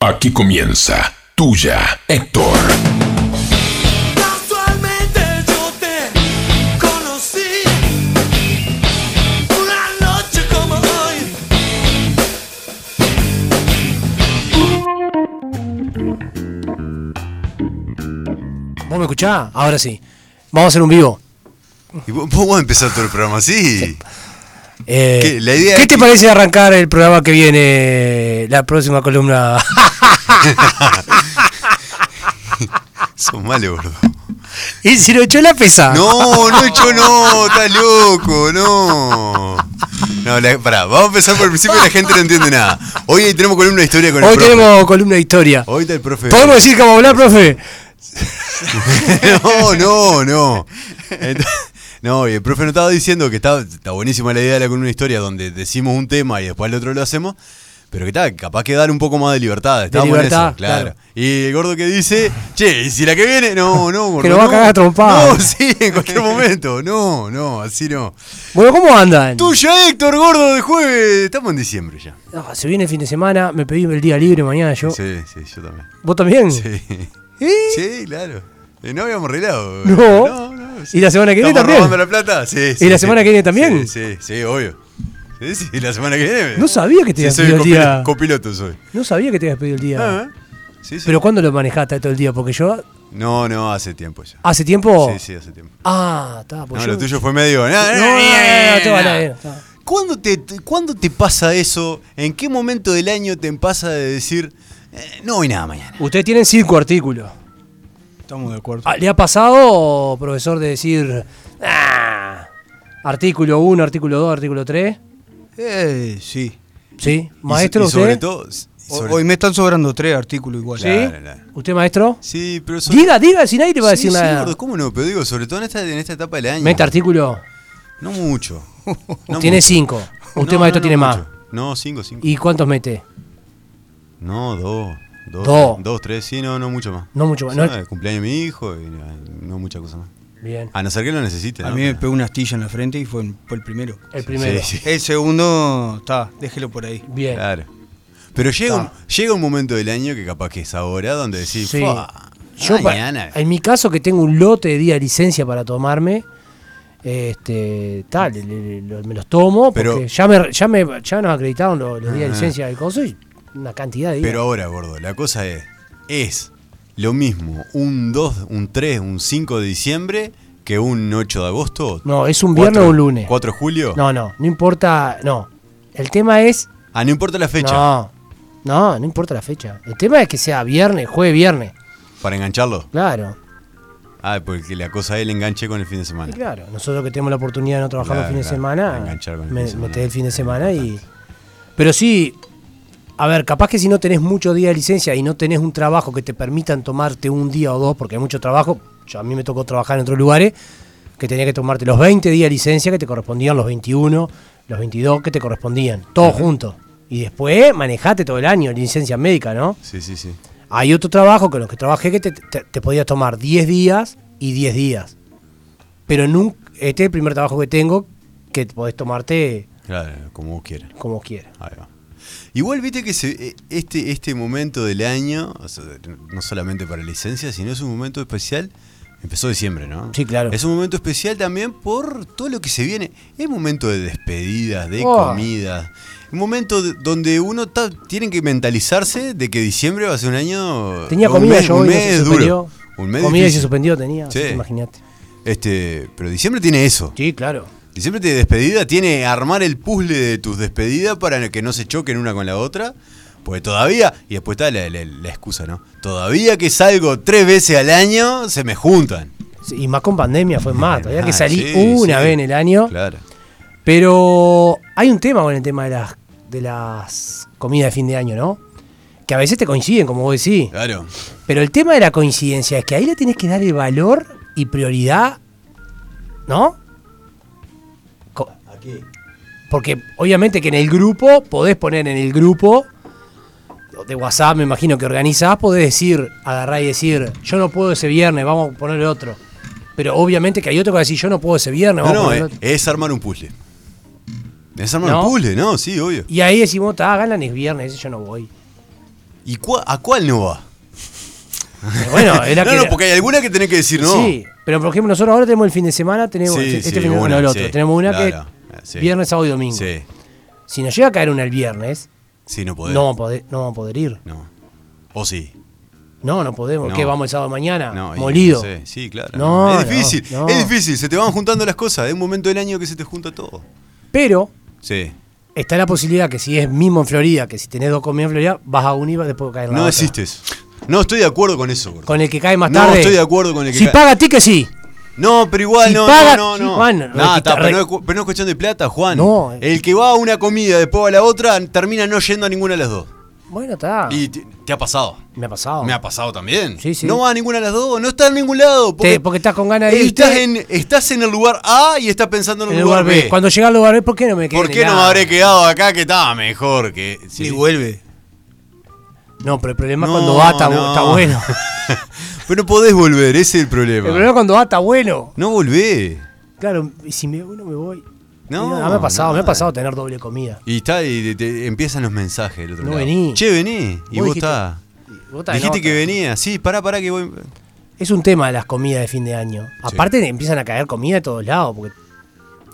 Aquí comienza Tuya, Héctor. Casualmente yo te conocí una noche como hoy. ¿Vos me escuchás? Ahora sí. Vamos a hacer un vivo. Y vos, vos empezás todo el programa así. Eh, ¿Qué? La idea ¿qué es te que- parece arrancar el programa que viene? La próxima columna. Sos malo, gordo. y si lo echó la pesa. No, no, yo no, estás loco, no. No, la- pará, vamos a empezar por el principio la gente no entiende nada. Hoy tenemos columna de historia con el Hoy profe. tenemos columna de historia. Hoy está el profe. ¿Podemos decir que vamos a hablar, profe? No, no, no. Ent- No, y el profe nos estaba diciendo que está, está buenísima la idea de la columna de historia donde decimos un tema y después el otro lo hacemos. Pero que está, capaz que dar un poco más de libertad. Estábamos en libertad, eso, claro. claro. Y el gordo que dice, che, ¿y si la que viene? No, no, gordo. Que lo va a no. cagar a trompadas. No, sí, en cualquier momento. No, no, así no. Bueno, ¿cómo andan? Tuya, Héctor, gordo de jueves. Estamos en diciembre ya. Ah, se viene el fin de semana, me pedí el día libre mañana yo. Sí, sí, yo también. ¿Vos también? Sí, ¿Eh? sí claro. Eh, No habíamos arreglado. No. ¿Y la semana que viene ¿Estamos también? robando la plata? Sí, sí, ¿Y la sí. semana que viene también? Sí, sí, sí, obvio. Sí, sí, la semana que viene. No sabía que te sí, habías soy pedido el día. copiloto, copiloto soy. No sabía que te habías pedido el día. Ah, sí, sí. Pero ¿cuándo lo manejaste todo el día? Porque yo No, no, hace tiempo ya. hace tiempo. Sí, sí, hace tiempo. Ah, está. No, Oh. pues yo- lo tuyo fue medio. No, "Nah, no, nah, no, nah, no, te va a nah". la- está. ¿Cuándo te, te- ¿Cuándo te pasa eso? ¿En qué momento del año te pasa de decir, "Eh, no voy nada mañana? Ustedes tienen cinco artículos. Estamos de acuerdo. Ah, ¿Le ha pasado, profesor, de decir "Ah, artículo 1, artículo 2, artículo 3? Eh, sí. ¿Sí? Y so- ¿Maestro y sobre usted? todo. O- sobre- Hoy me están sobrando tres artículos igual. ¿Sí? Claro, claro. ¿Usted, maestro? Sí, pero sobre- Diga, diga, si nadie te va a Sí, decir sí, nada. gordo, ¿Cómo no? Pero digo, sobre todo en esta, en esta etapa del año. ¿Mete artículo? No mucho. No tiene mucho. cinco. Usted, maestro, No, no, no tiene más. mucho. No, cinco, cinco. ¿Y cuántos mete? No, dos. Dos, Dos. dos, tres, sí, no, no mucho más. No mucho más, Sí, no- el cumpleaños de mi hijo y no, no mucha cosa más. Bien. A no ser que lo necesite. A ¿no? mí me Pero- pegó una astilla en la frente y fue, fue el primero. El primero. Ah, Sí, sí, El segundo, está, déjelo por ahí. Bien. claro. Pero llega un, llega un momento del año que capaz que es ahora donde decís, Sí. "Fua, Yo, pa- mañana. en mi caso, que tengo un lote de día de licencia para tomarme, este, tal, le- le- lo- me los tomo, Pero- porque ya, me, ya, me, ya nos acreditaron los, los días de Ajá. licencia del coso y una cantidad de días. Pero ahora, gordo, la cosa es, es lo mismo un 2, un 3, un 5 de diciembre que un 8 de agosto. No, es un viernes o un lunes. 4 de julio. No, no, no importa, no. El tema es... Ah, no importa la fecha. No, no, no importa la fecha. El tema es que sea viernes, jueves, viernes. Para engancharlo. Claro, Ah, porque la cosa es el enganche con el fin de y semana. claro. Nosotros que tenemos la oportunidad de no trabajar los Claro, fines de claro, semana, enganchar con el me- fin de semana. metés el fin de semana y... Pero sí, a ver, capaz que si no tenés mucho día de licencia y no tenés un trabajo que te permitan tomarte un día o dos, porque hay mucho trabajo, yo, a mí me tocó trabajar en otros lugares, que tenía que tomarte los 20 días de licencia que te correspondían, los 21, los 22 que te correspondían, todos juntos. Y después manejate todo el año, licencia médica, ¿no? Sí, sí, sí. Hay otro trabajo con los que trabajé que te, te- te podías tomar 10 días y 10 días. Pero nun- este es el primer trabajo que tengo que podés tomarte Claro, como vos quieras. como quieras. Ahí va. Igual viste que se- eh, este, este momento del año, o sea, no solamente para licencia, sino es un momento especial. Empezó diciembre, ¿no? Sí, claro. Es un momento especial también por todo lo que se viene. Es momento de despedidas, de Oh. comidas. Un momento de- donde uno ta- tiene que mentalizarse de que diciembre va a ser un año. Tenía un comida mes- yo un hoy, no mes se suspendió. duro. Un mes comida y se difícil. suspendió tenía, Sí. así que imagínate. Este, pero diciembre tiene eso. Sí, claro. Y siempre te despedida tiene armar el puzzle de tus despedidas para que no se choquen una con la otra. Porque todavía, y después está la, la- la excusa, ¿no? Todavía que salgo tres veces al año, se me juntan. Sí, Y más con pandemia fue más, todavía que Ah, salí sí, una sí. vez en el año. Claro. Pero hay un tema con el tema de las, de las comidas de fin de año, ¿no? Que a veces te coinciden, como vos decís. Claro. Pero el tema de la coincidencia es que ahí le tenés que dar el valor y prioridad, ¿no? Co- Porque obviamente que en el grupo, podés poner en el grupo de WhatsApp, me imagino que organizás, podés decir, agarrar y decir, yo no puedo ese viernes, vamos a poner otro. Pero obviamente que hay otro que va a decir, yo no puedo ese viernes, No, vamos a no, eh. poner es, otro. es armar un puzzle. Es armar No. un puzzle, ¿no? Sí, obvio. Y ahí decimos, ah, ganan es viernes, ese yo no voy. ¿Y cua- a cuál no va? Eh, Bueno, era no, que. no, porque hay alguna que tenés que decir no. Sí, pero por ejemplo, nosotros ahora tenemos el fin de semana, tenemos Sí, este sí, fin de semana, una, no, el otro. sí, tenemos una claro, que. eh, sí. Viernes, sábado y domingo. Sí, Si nos llega a caer una el viernes, sí, no podés. no vamos, a poder, no vamos a poder ir. No. O sí. No, no podemos. No. ¿Qué? Vamos el sábado mañana. No, y Ah, molido. no sé, Sí, claro. No, es no, difícil. no. Es difícil. Se te van juntando las cosas. Es un momento del año que se te junta todo. Pero Sí. está la posibilidad que si es mismo en Florida, que si tenés dos comidas en Florida, vas a un y vas- después caer la No otra. existe eso. No estoy de acuerdo con eso, gordo. Con el que cae más No, tarde. estoy de acuerdo con el que Si cae- paga ticket, sí. No, pero igual Si no, paga- no, no, sí, no. Juan, Nah, requita- está, pero, no re- es, cu- pero no es cuestión de plata, Juan. No. eh. El que va a una comida después a la otra termina no yendo a ninguna de las dos. Bueno, está. Y te, te ha pasado. Me ha pasado. Me ha pasado también. Ah. Sí, sí. No va a ninguna de las dos, no está en ningún lado. Te- porque estás con ganas de irte. Estás en, estás en el lugar A y estás pensando en En el, el lugar B. Cuando llega al lugar B, ¿por qué no me quedé ¿Por en qué el no A? me habré quedado acá que estaba mejor que... sí. Y vuelve. No, pero el problema es No, cuando va, está, bu- no. está bueno. Pero no podés volver, ese es el El problema. problema es cuando va, está bueno. No volvé. Claro, y si me voy, no me voy. No, Ah, me ha pasado, me ha nada. pasado tener doble comida. Y está, y te- te empiezan los mensajes del otro No lado. vení. Che, vení. Y vos, Vos dijiste- está. Y vos estás en Dijiste otra. que venía. Sí, pará, pará que voy. Es un tema de las comidas de fin de año. Aparte empiezan a caer comida de todos lados, porque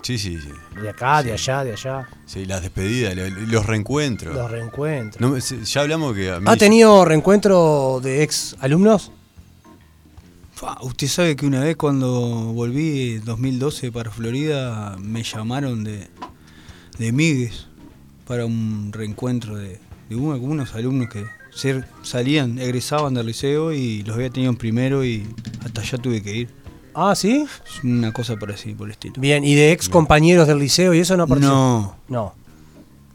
Sí, sí, sí. de acá, de allá, de allá, Sí, las despedidas, lo- los reencuentros. los reencuentros. No me- se- ya hablamos que a mí- ¿Ha tenido reencuentro de ex alumnos? Fa, Usted sabe que una vez cuando volví en 2012 para Florida me llamaron de, de Migues para un reencuentro de, de uno- como unos alumnos que se- salían, egresaban del liceo y los había tenido en primero y hasta allá tuve que ir. Ah, sí. Es Una cosa por así, por el estilo. Bien, ¿y de ex compañeros del liceo y eso no apareció? No, No.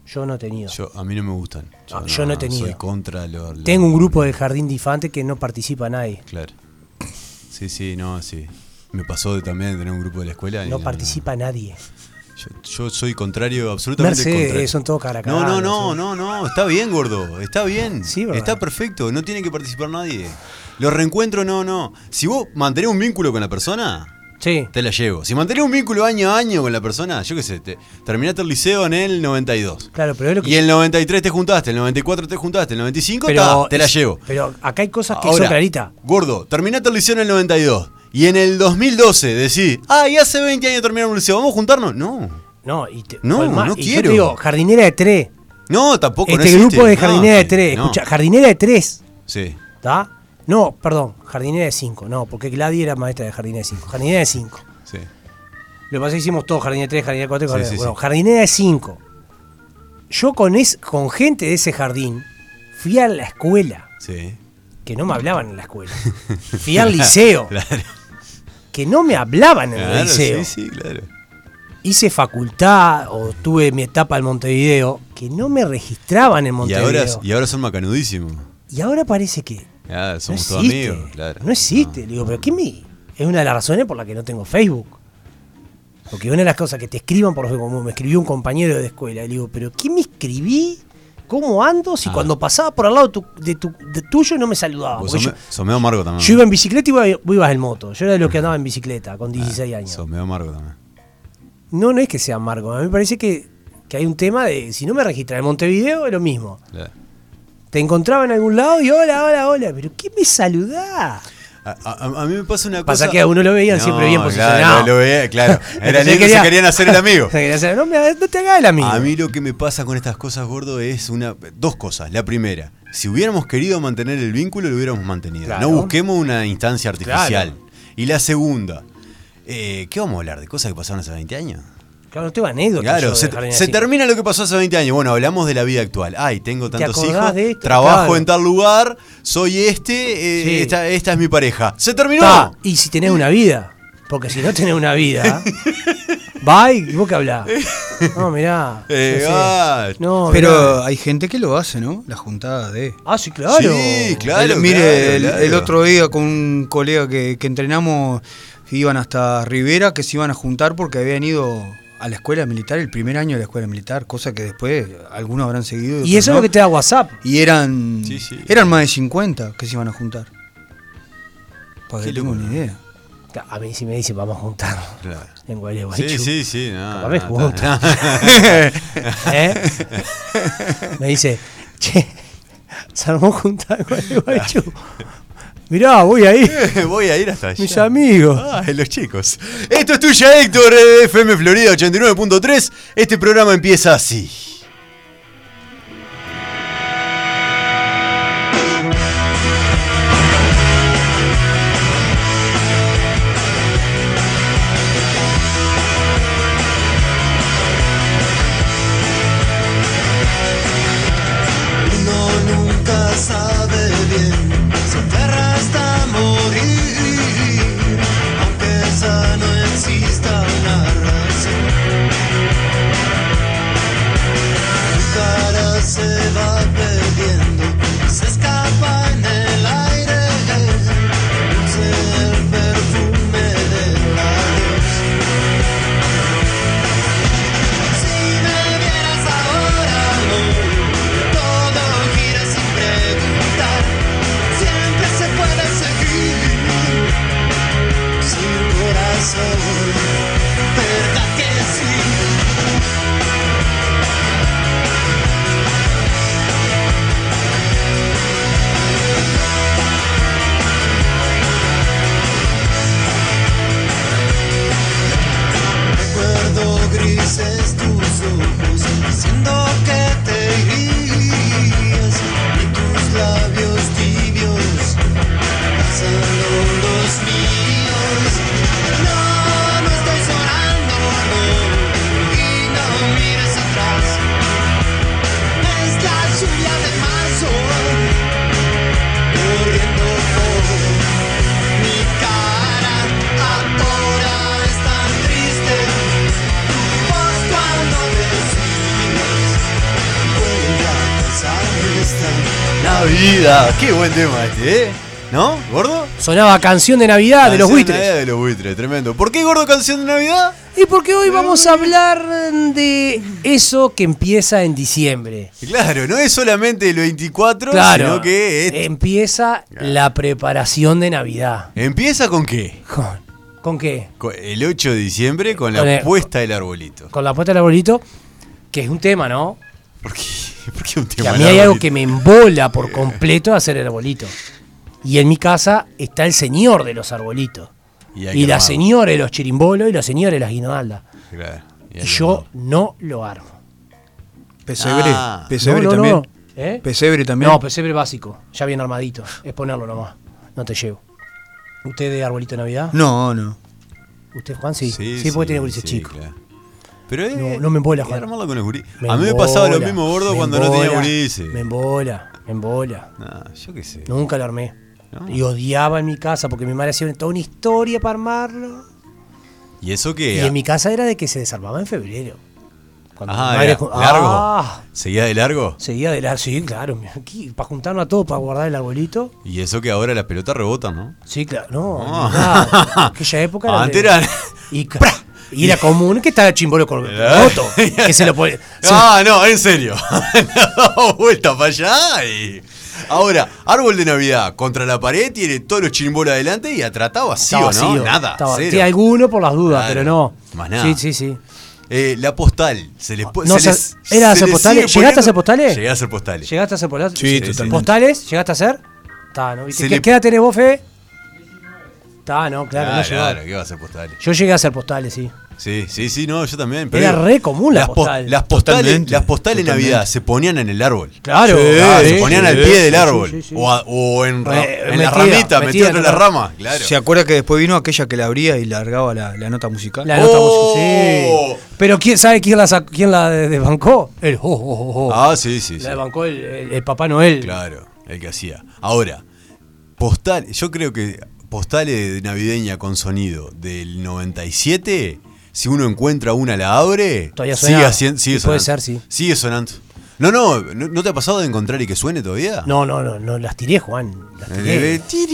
Yo no he tenido. Yo- a mí no me gustan. Ah, yo no he tenido. Soy contra los. los- Tengo un grupo del jardín de infantes que no participa nadie. Claro. Sí, sí, no, sí. Me pasó de también tener un grupo de la escuela. y No participa nadie. Yo, yo soy contrario, absolutamente Mercedes, contrario. son todos caracas. No, no, no, no, no, está bien, gordo, está bien. Sí, ¿verdad? Está perfecto, no tiene que participar nadie. Los reencuentros, no, no. Si vos mantenés un vínculo con la persona, Sí. te la llevo. Si mantenés un vínculo año a año con la persona, yo qué sé, te, terminaste el liceo en el 92. Claro, pero es lo que Y el 93 te juntaste, el 94 te juntaste, el 95 Pero ta, te la es- llevo. Pero acá hay cosas que Ahora, son claritas. Gordo, terminaste el liceo en el 92. Y en el 2012 decís, ah, y hace 20 años terminamos el liceo, ¿vamos a juntarnos? No. No, y te- No, fue más- no y Yo quiero. te digo, jardinera de tres. No, tampoco no este existe. grupo de No, jardinera de sí, tres. no. Escucha, jardinera de tres. Sí. ¿Está? No, perdón, jardinera de cinco. No, porque Gladys era maestra de jardinera de cinco. Jardinera de cinco. Sí. Lo que pasa es que hicimos todo, jardinera de tres, jardinera de cuatro. Sí, jardinera- sí, bueno, sí. jardinera de cinco. Yo con, es, con gente de ese jardín fui a la escuela, Sí. que no me hablaban en la escuela. Fui al liceo, Claro, que no me hablaban en el claro, liceo. sí, sí, claro. hice facultad o tuve mi etapa en Montevideo, que no me registraban en Y Montevideo. ahora, y ahora son macanudísimos. Y ahora parece que Ya, no somos todos existe. amigos, claro. No existe. Le digo, pero ¿qué me...? Es una de las razones por las que no tengo Facebook. Porque una de las cosas que te escriban por Facebook, como me escribió un compañero de escuela, y le digo, pero ¿qué me escribí? ¿Cómo ando? Si Ah. cuando pasaba por al lado tu- de, tu, de tuyo no me saludaba. Vos Porque sos, yo, me- Ah. sos medio amargo también. yo iba en bicicleta y iba- vos ibas en moto. Yo era de los que andaba en bicicleta con 16 años. Ah, Sos medio amargo también. No, no es que sea amargo. A mí me parece que, que hay un tema de si no me registran en Montevideo, es lo mismo. Claro. Te encontraba en algún lado y hola, hola, hola. Pero ¿qué me saludá? A, a- a mí me pasa una cosa. Pasa que a uno lo veían siempre bien Claro, posicionado. lo veía, claro. Era Entonces lindo y se quería- querían hacer el amigo. O sea, que decían, no, me hagas- no te hagas el amigo. A mí lo que me pasa con estas cosas, gordo, es una dos cosas. La primera, si hubiéramos querido mantener el vínculo, lo hubiéramos mantenido. Claro. No busquemos una instancia artificial. Claro. Y la segunda, eh, ¿qué vamos a hablar? ¿De cosas que pasaron hace 20 años? Claro, no tengo anécdotas. yo Claro, de se, jardín se así. termina lo que pasó hace 20 años. Bueno, hablamos de la vida actual. Ay, tengo tantos acordás hijos, de esto? trabajo Claro. en tal lugar, soy este, eh, Sí. esta, esta es mi pareja. ¡Se terminó! Ta, Ah, y si tenés una vida. Porque si no tenés una vida. va y vos qué hablás. No, mirá. Eh, yo sé. ah, no, pero mirá. hay gente que lo hace, ¿no? La juntada de... Ah, sí, claro. Sí, claro. El- mire, claro, el, claro. el otro día con un colega que, que entrenamos, iban hasta Rivera, que se iban a juntar porque habían ido a la escuela militar, el primer año de la escuela militar, cosa que después algunos habrán seguido. Y otros eso es no. lo que te da WhatsApp. Y eran, Sí, sí. eran más de 50 que se iban a juntar. Para que Qué tengo locura. una idea. A mí si me dicen vamos a juntar Claro. en Gualeguaychú. Sí, sí, sí. No, Capaz me no, junto. está- ¿Eh? Me dice, che, se armó juntada con el guacho. Mirá, voy ahí. Voy a ir hasta allá. Mis amigos. Ah, los chicos. Esto es tuya, Héctor, eh, FM Florida 89.3. Este programa empieza así. Uno nunca sabe bien se enterra hasta morir, aunque esa no exista una razón. Tu cara se va perdiendo, se escapa en el aire, dulce el perfume de labios. Si me vieras ahora, no, todo gira sin preguntar. Siempre se puede seguir sin corazón, ¿verdad que sí? Recuerdo grises tus ojos diciendo que te irías y tus labios tibios abrazaron los míos. No, no estoy llorando, no, y no mires atrás. Es la lluvia de marzo corriendo por mi cara ahora es tan triste, tu voz cuando decides vuelve a pasar esta Navidad. Qué buen tema este, ¿eh? ¿No, gordo? Sonaba canción de Navidad Ah, de los Canción buitres. Navidad de los buitres, tremendo. ¿Por qué, gordo, canción de Navidad? Y porque hoy vamos a hablar de eso que empieza en diciembre. Claro, no es solamente el 24, Claro. Eh. sino que es- Empieza la preparación de Navidad. empieza con qué? ¿Con, ¿con qué? Con- El 8 de diciembre con la Con el- puesta del arbolito. Con la puerta del arbolito, que es un tema, ¿no? ¿Por qué, ¿Por qué un tema Que a del mí hay algo arbolito? Eh. que me embola por completo hacer el arbolito. Y en mi casa está el señor de los arbolitos. Y Y, hay que la armarlo. señora de los chirimbolos y la señora de las guirnaldas. Claro, Y hay yo no lo armo. Pesebre. Ah. pesebre No, no, también. no. ¿Eh? Pesebre también. No, pesebre básico, ya bien armadito. Es ponerlo nomás. No te llevo. ¿Usted de arbolito de Navidad? No, no. ¿Usted, Juan? Sí. Sí, puede porque tener tiene grises chicos. Pero eh, No, no me embola, hay que Juan. armarla con los guris. Me a mí me pasaba lo embola, mismo, gordo, me cuando no tenía embola, gurises. Me embola, me embola. No, yo qué sé. Nunca lo armé. No. Y odiaba en mi casa porque mi madre hacía toda una historia para armarlo. ¿Y eso qué? Y en mi casa era de que se desarmaba en febrero. Cuando mi Ah, madre era ju- largo. Ah, ¿Seguía de largo? seguía de largo. Sí, claro. Aquí, para juntarnos a todos, para guardar el arbolito. Y eso que ahora las pelotas rebotan, ¿no? Sí, claro. No, No. claro, aquella época era. Ah. Antes de- eran- Y, ca- y era común que estaba el chimbolo con roto. que se lo pone. se- Ah, no, en serio. No, vuelta para allá y... Ahora, árbol de Navidad contra la pared, tiene todos los chirimbolos adelante y atrata vacío, estaba ¿no? vacío, Nada, estaba- cero. sí, alguno por las dudas, Claro, pero no. más nada. Sí, sí, sí. Eh, la postal, se les po- Ah, No, se les- se- ¿era se hacer les postales? sigue ¿Llegaste a hacer postales? Llegué a hacer postales. ¿Llegaste a hacer pola- Sí, totalmente. postales? ¿Llegaste a hacer? Ta, no, ¿viste? Se ¿Qué, le- qué edad tenés vos, Fede? Ta, no, claro, no Claro, llegaba. claro, que iba a hacer postales. Yo llegué a hacer postales, sí. Sí, sí, sí, no, yo también. Era re común la las po- postal. Las postales, Totalmente, las postales de Navidad totalmente. se ponían en el árbol. Claro. Ah, Sí, se ponían sí, al sí, pie sí, del sí, árbol. sí, sí. O, a- o en, ra- Eh, en metida, la ramita, metida, metido entre las claro. ramas. Claro. ¿Se acuerda que después vino aquella que la abría y largaba la, la nota musical? La nota ¡Oh! musical, sí. Pero ¿quién sabe quién la, sacó- quién la de- desbancó? El ho, ho, ho, ho. Ah, sí, sí, sí. la desbancó el, el- el Papá Noel. Claro, el que hacía. Ahora, postal, yo creo que postales de navideña con sonido del 97, si uno encuentra una, la abre, Todavía sigue, suena. hacien- sigue Y puede sonando. ser, sí. Sigue sonando. No, no, no, ¿no te ha pasado de encontrar y que suene todavía? No, no, no, no, las tiré, Juan. Eh, Las tiré.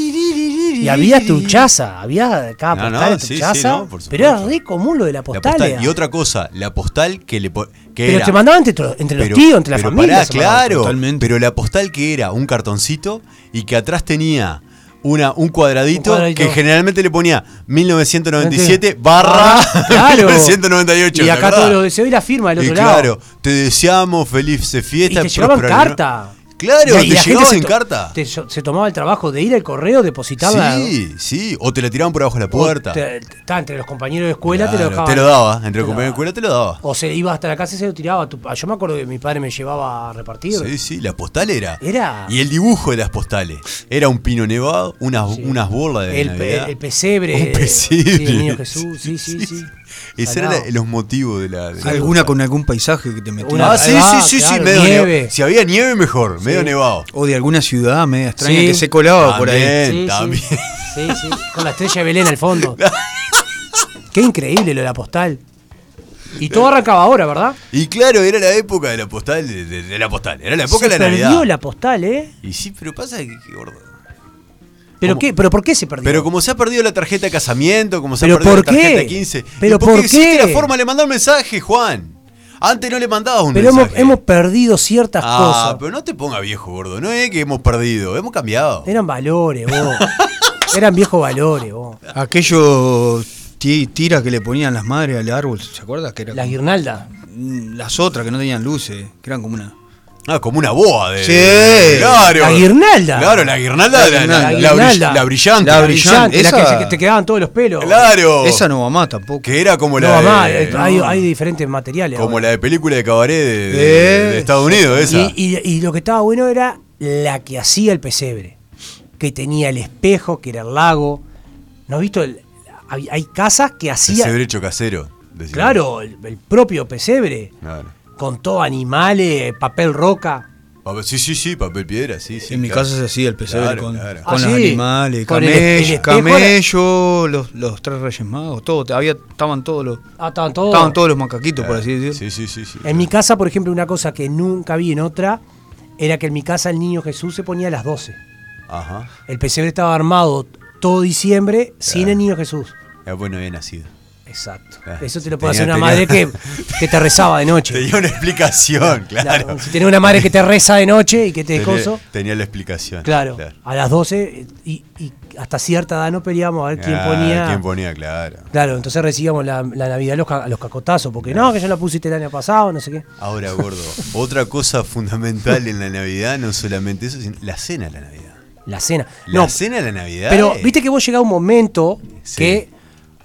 Y Y había tu chaza, había cada No, postal no, en tu sí, sí, chaza. no, por pero era supuesto. re común lo de la La postal. postal. era. Y otra cosa, la postal que le po- que pero era- te mandaban entre, to- entre los pero- tíos, entre la pero familia. pará, se mandaban. claro. Totalmente. Pero la postal que era un cartoncito y que atrás tenía una, un, cuadradito Un cuadradito. que generalmente le ponía 1997 Entiendo. barra Ah, claro. 1998. Y ¿te acá acordás? todo lo deseo y la firma del Y otro lado. claro, te deseamos feliz Y fiesta. te llevaban próspera- carta. Claro, y te la gente llegaba se en to- carta. te- se tomaba el trabajo de ir al correo, depositarla. Sí, sí. O te la tiraban por abajo de la o puerta. te- te- Estaba entre los compañeros de escuela, Pues te lo Claro, dejaban. te lo daba. Entre Te los lo compañeros de daba. escuela te lo daba. O se iba hasta la casa y se lo tiraba. a tu pa- Yo me acuerdo que mi padre me llevaba a repartir. Sí, sí, la postal era. Era- Y el dibujo de las postales. Era un pino nevado, unas, Sí. unas bolas de el, pe- Navidad. el pesebre. Un eh, pesebre. sí, el niño Jesús, sí, sí, sí. Ese era Salado. la- los motivos de la. de la- Alguna con algún paisaje que te metían. Una- Ah, sí, Ahí va, sí, sí, sí, claro, medio nieve. nevado. Si había nieve, mejor, medio nevado. O de alguna ciudad media extraña Sí. que se colaba por Sí, También, ahí. también. sí. Sí, sí, Con la estrella de Belén al fondo. Qué increíble lo de la postal. Y todo arrancaba ahora, ¿verdad? Y claro, era la época de la postal, de, de- de la postal. Era la época se de la perdió Navidad. la postal, ¿eh? Y sí, pero pasa que, que gordo. ¿Pero, ¿Cómo? qué, ¿Pero por qué se perdió? Pero como se ha perdido la tarjeta de casamiento, como se ha ¿Pero perdido la por qué? tarjeta de 15. ¿Pero y porque por existe qué? la forma de mandar un mensaje, Juan. Antes no le mandabas un Pero hemos, mensaje. hemos perdido ciertas Ah, cosas. pero no te ponga viejo, gordo. No es que hemos perdido, hemos cambiado. Eran valores, vos. Eran viejos valores, vos. Aquellos ti- tiras que le ponían las madres al árbol, ¿se acuerdas? Que era Las como- guirnaldas. Mm, las otras que no tenían luces, que eran como una. Ah, como una boa de. Sí. Claro. La guirnalda. Claro, la guirnalda, la, la- La guirnalda. la La brill- guirnalda. la brillante. La Brillante, brillante, la que esa- se- que te quedaban todos los pelos. Claro. Esa no va más tampoco. Que era como No, la. de- mamá, eh, hay, hay diferentes materiales. Como ahora. la de película de cabaret de, de- Eh. de Estados Unidos, esa. Y, y- y lo que estaba bueno era la que hacía el pesebre, que tenía el espejo, que era el lago. ¿No has visto? el- hay, hay casas que hacía, Ese brecho casero. decía. claro, el, el propio pesebre, Claro. con todo animales, papel roca. Papel- Sí, sí, sí, papel piedra, sí, sí. en mi claro. casa se hacía el pesebre Claro, con, claro. con Ah, los sí. animales, Con el- el camello, espejo camello, los, los tres reyes magos, todo, había, estaban todos los, Ah, estaban todos. estaban todos los macaquitos, por así decirlo. Oh. Ah, Eh, Sí, sí, sí. sí. En mi casa, por ejemplo, una cosa que nunca vi en otra era que en mi casa el niño Jesús se ponía a las 12. Ajá. El pesebre estaba armado todo diciembre sin el niño Jesús. Ah, bueno, había nacido. Exacto. Ah, Eso te lo tenía- puede hacer una tenía- madre que, que te rezaba de noche. Tenía una explicación, claro. Claro, Si tenés una madre que te reza de noche y que te Tenía- coso, Tenía la explicación. claro, a las 12 y, y hasta cierta edad no peleábamos a ver quién Ah, ponía. ¿Quién ponía, claro? Claro, entonces recibíamos la, la Navidad a los, ca- a los cacotazos, porque no, que yo la pusiste el año pasado, no sé qué. Ahora, gordo, otra cosa fundamental en la Navidad, no solamente eso, sino la cena de la Navidad. La cena. La no, cena de la Navidad. pero eh, viste que vos llegás a un momento Sí. que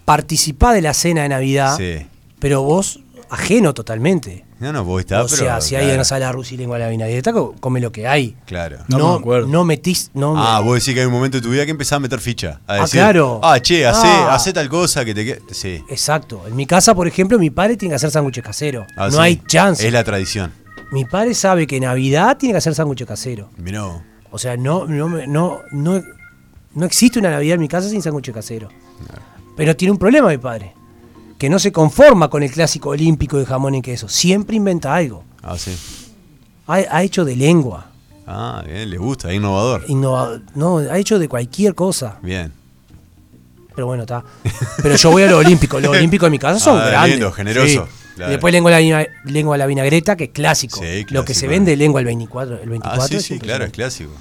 participás de la cena de Navidad, Sí. pero vos ajeno totalmente. No, no, vos estabas, o pero. sea, si hay claro, una sala rusa y lengua de la vinagreta, co- come lo que hay. Claro. No, No me no, acuerdo. metís. No, Ah, vos decís que hay un momento de tu vida que empezás a meter ficha. A Ah, decir, claro. Ah, che, hacé, Ah. hacé tal cosa que te quede. Sí. Exacto. En mi casa, por ejemplo, mi padre tiene que hacer sándwiches caseros. Ah, no sí. hay chance. Es la tradición. Mi padre sabe que Navidad tiene que hacer sándwiches caseros. Mirá. vos. O sea, no, no, me- no, no, no existe una Navidad en mi casa sin sándwiches caseros. Pero tiene un problema mi padre. Que no se conforma con el clásico olímpico de jamón y queso. Siempre inventa algo. Ah, sí. Ha, ha hecho de lengua. Ah, bien, le gusta, es innovador. innova- no, ha hecho de cualquier cosa. Bien. Pero bueno, está. Pero yo voy a los olímpicos. Los olímpicos de mi casa son Ah, grandes. lindo, generoso, Y claro. después lengua a la, vina- lengua a la vinagreta, que es clásico. Sí, Lo que clásico. se vende lengua el 24. El 24 Ah, sí, es sí, claro, es impresionante. clásico.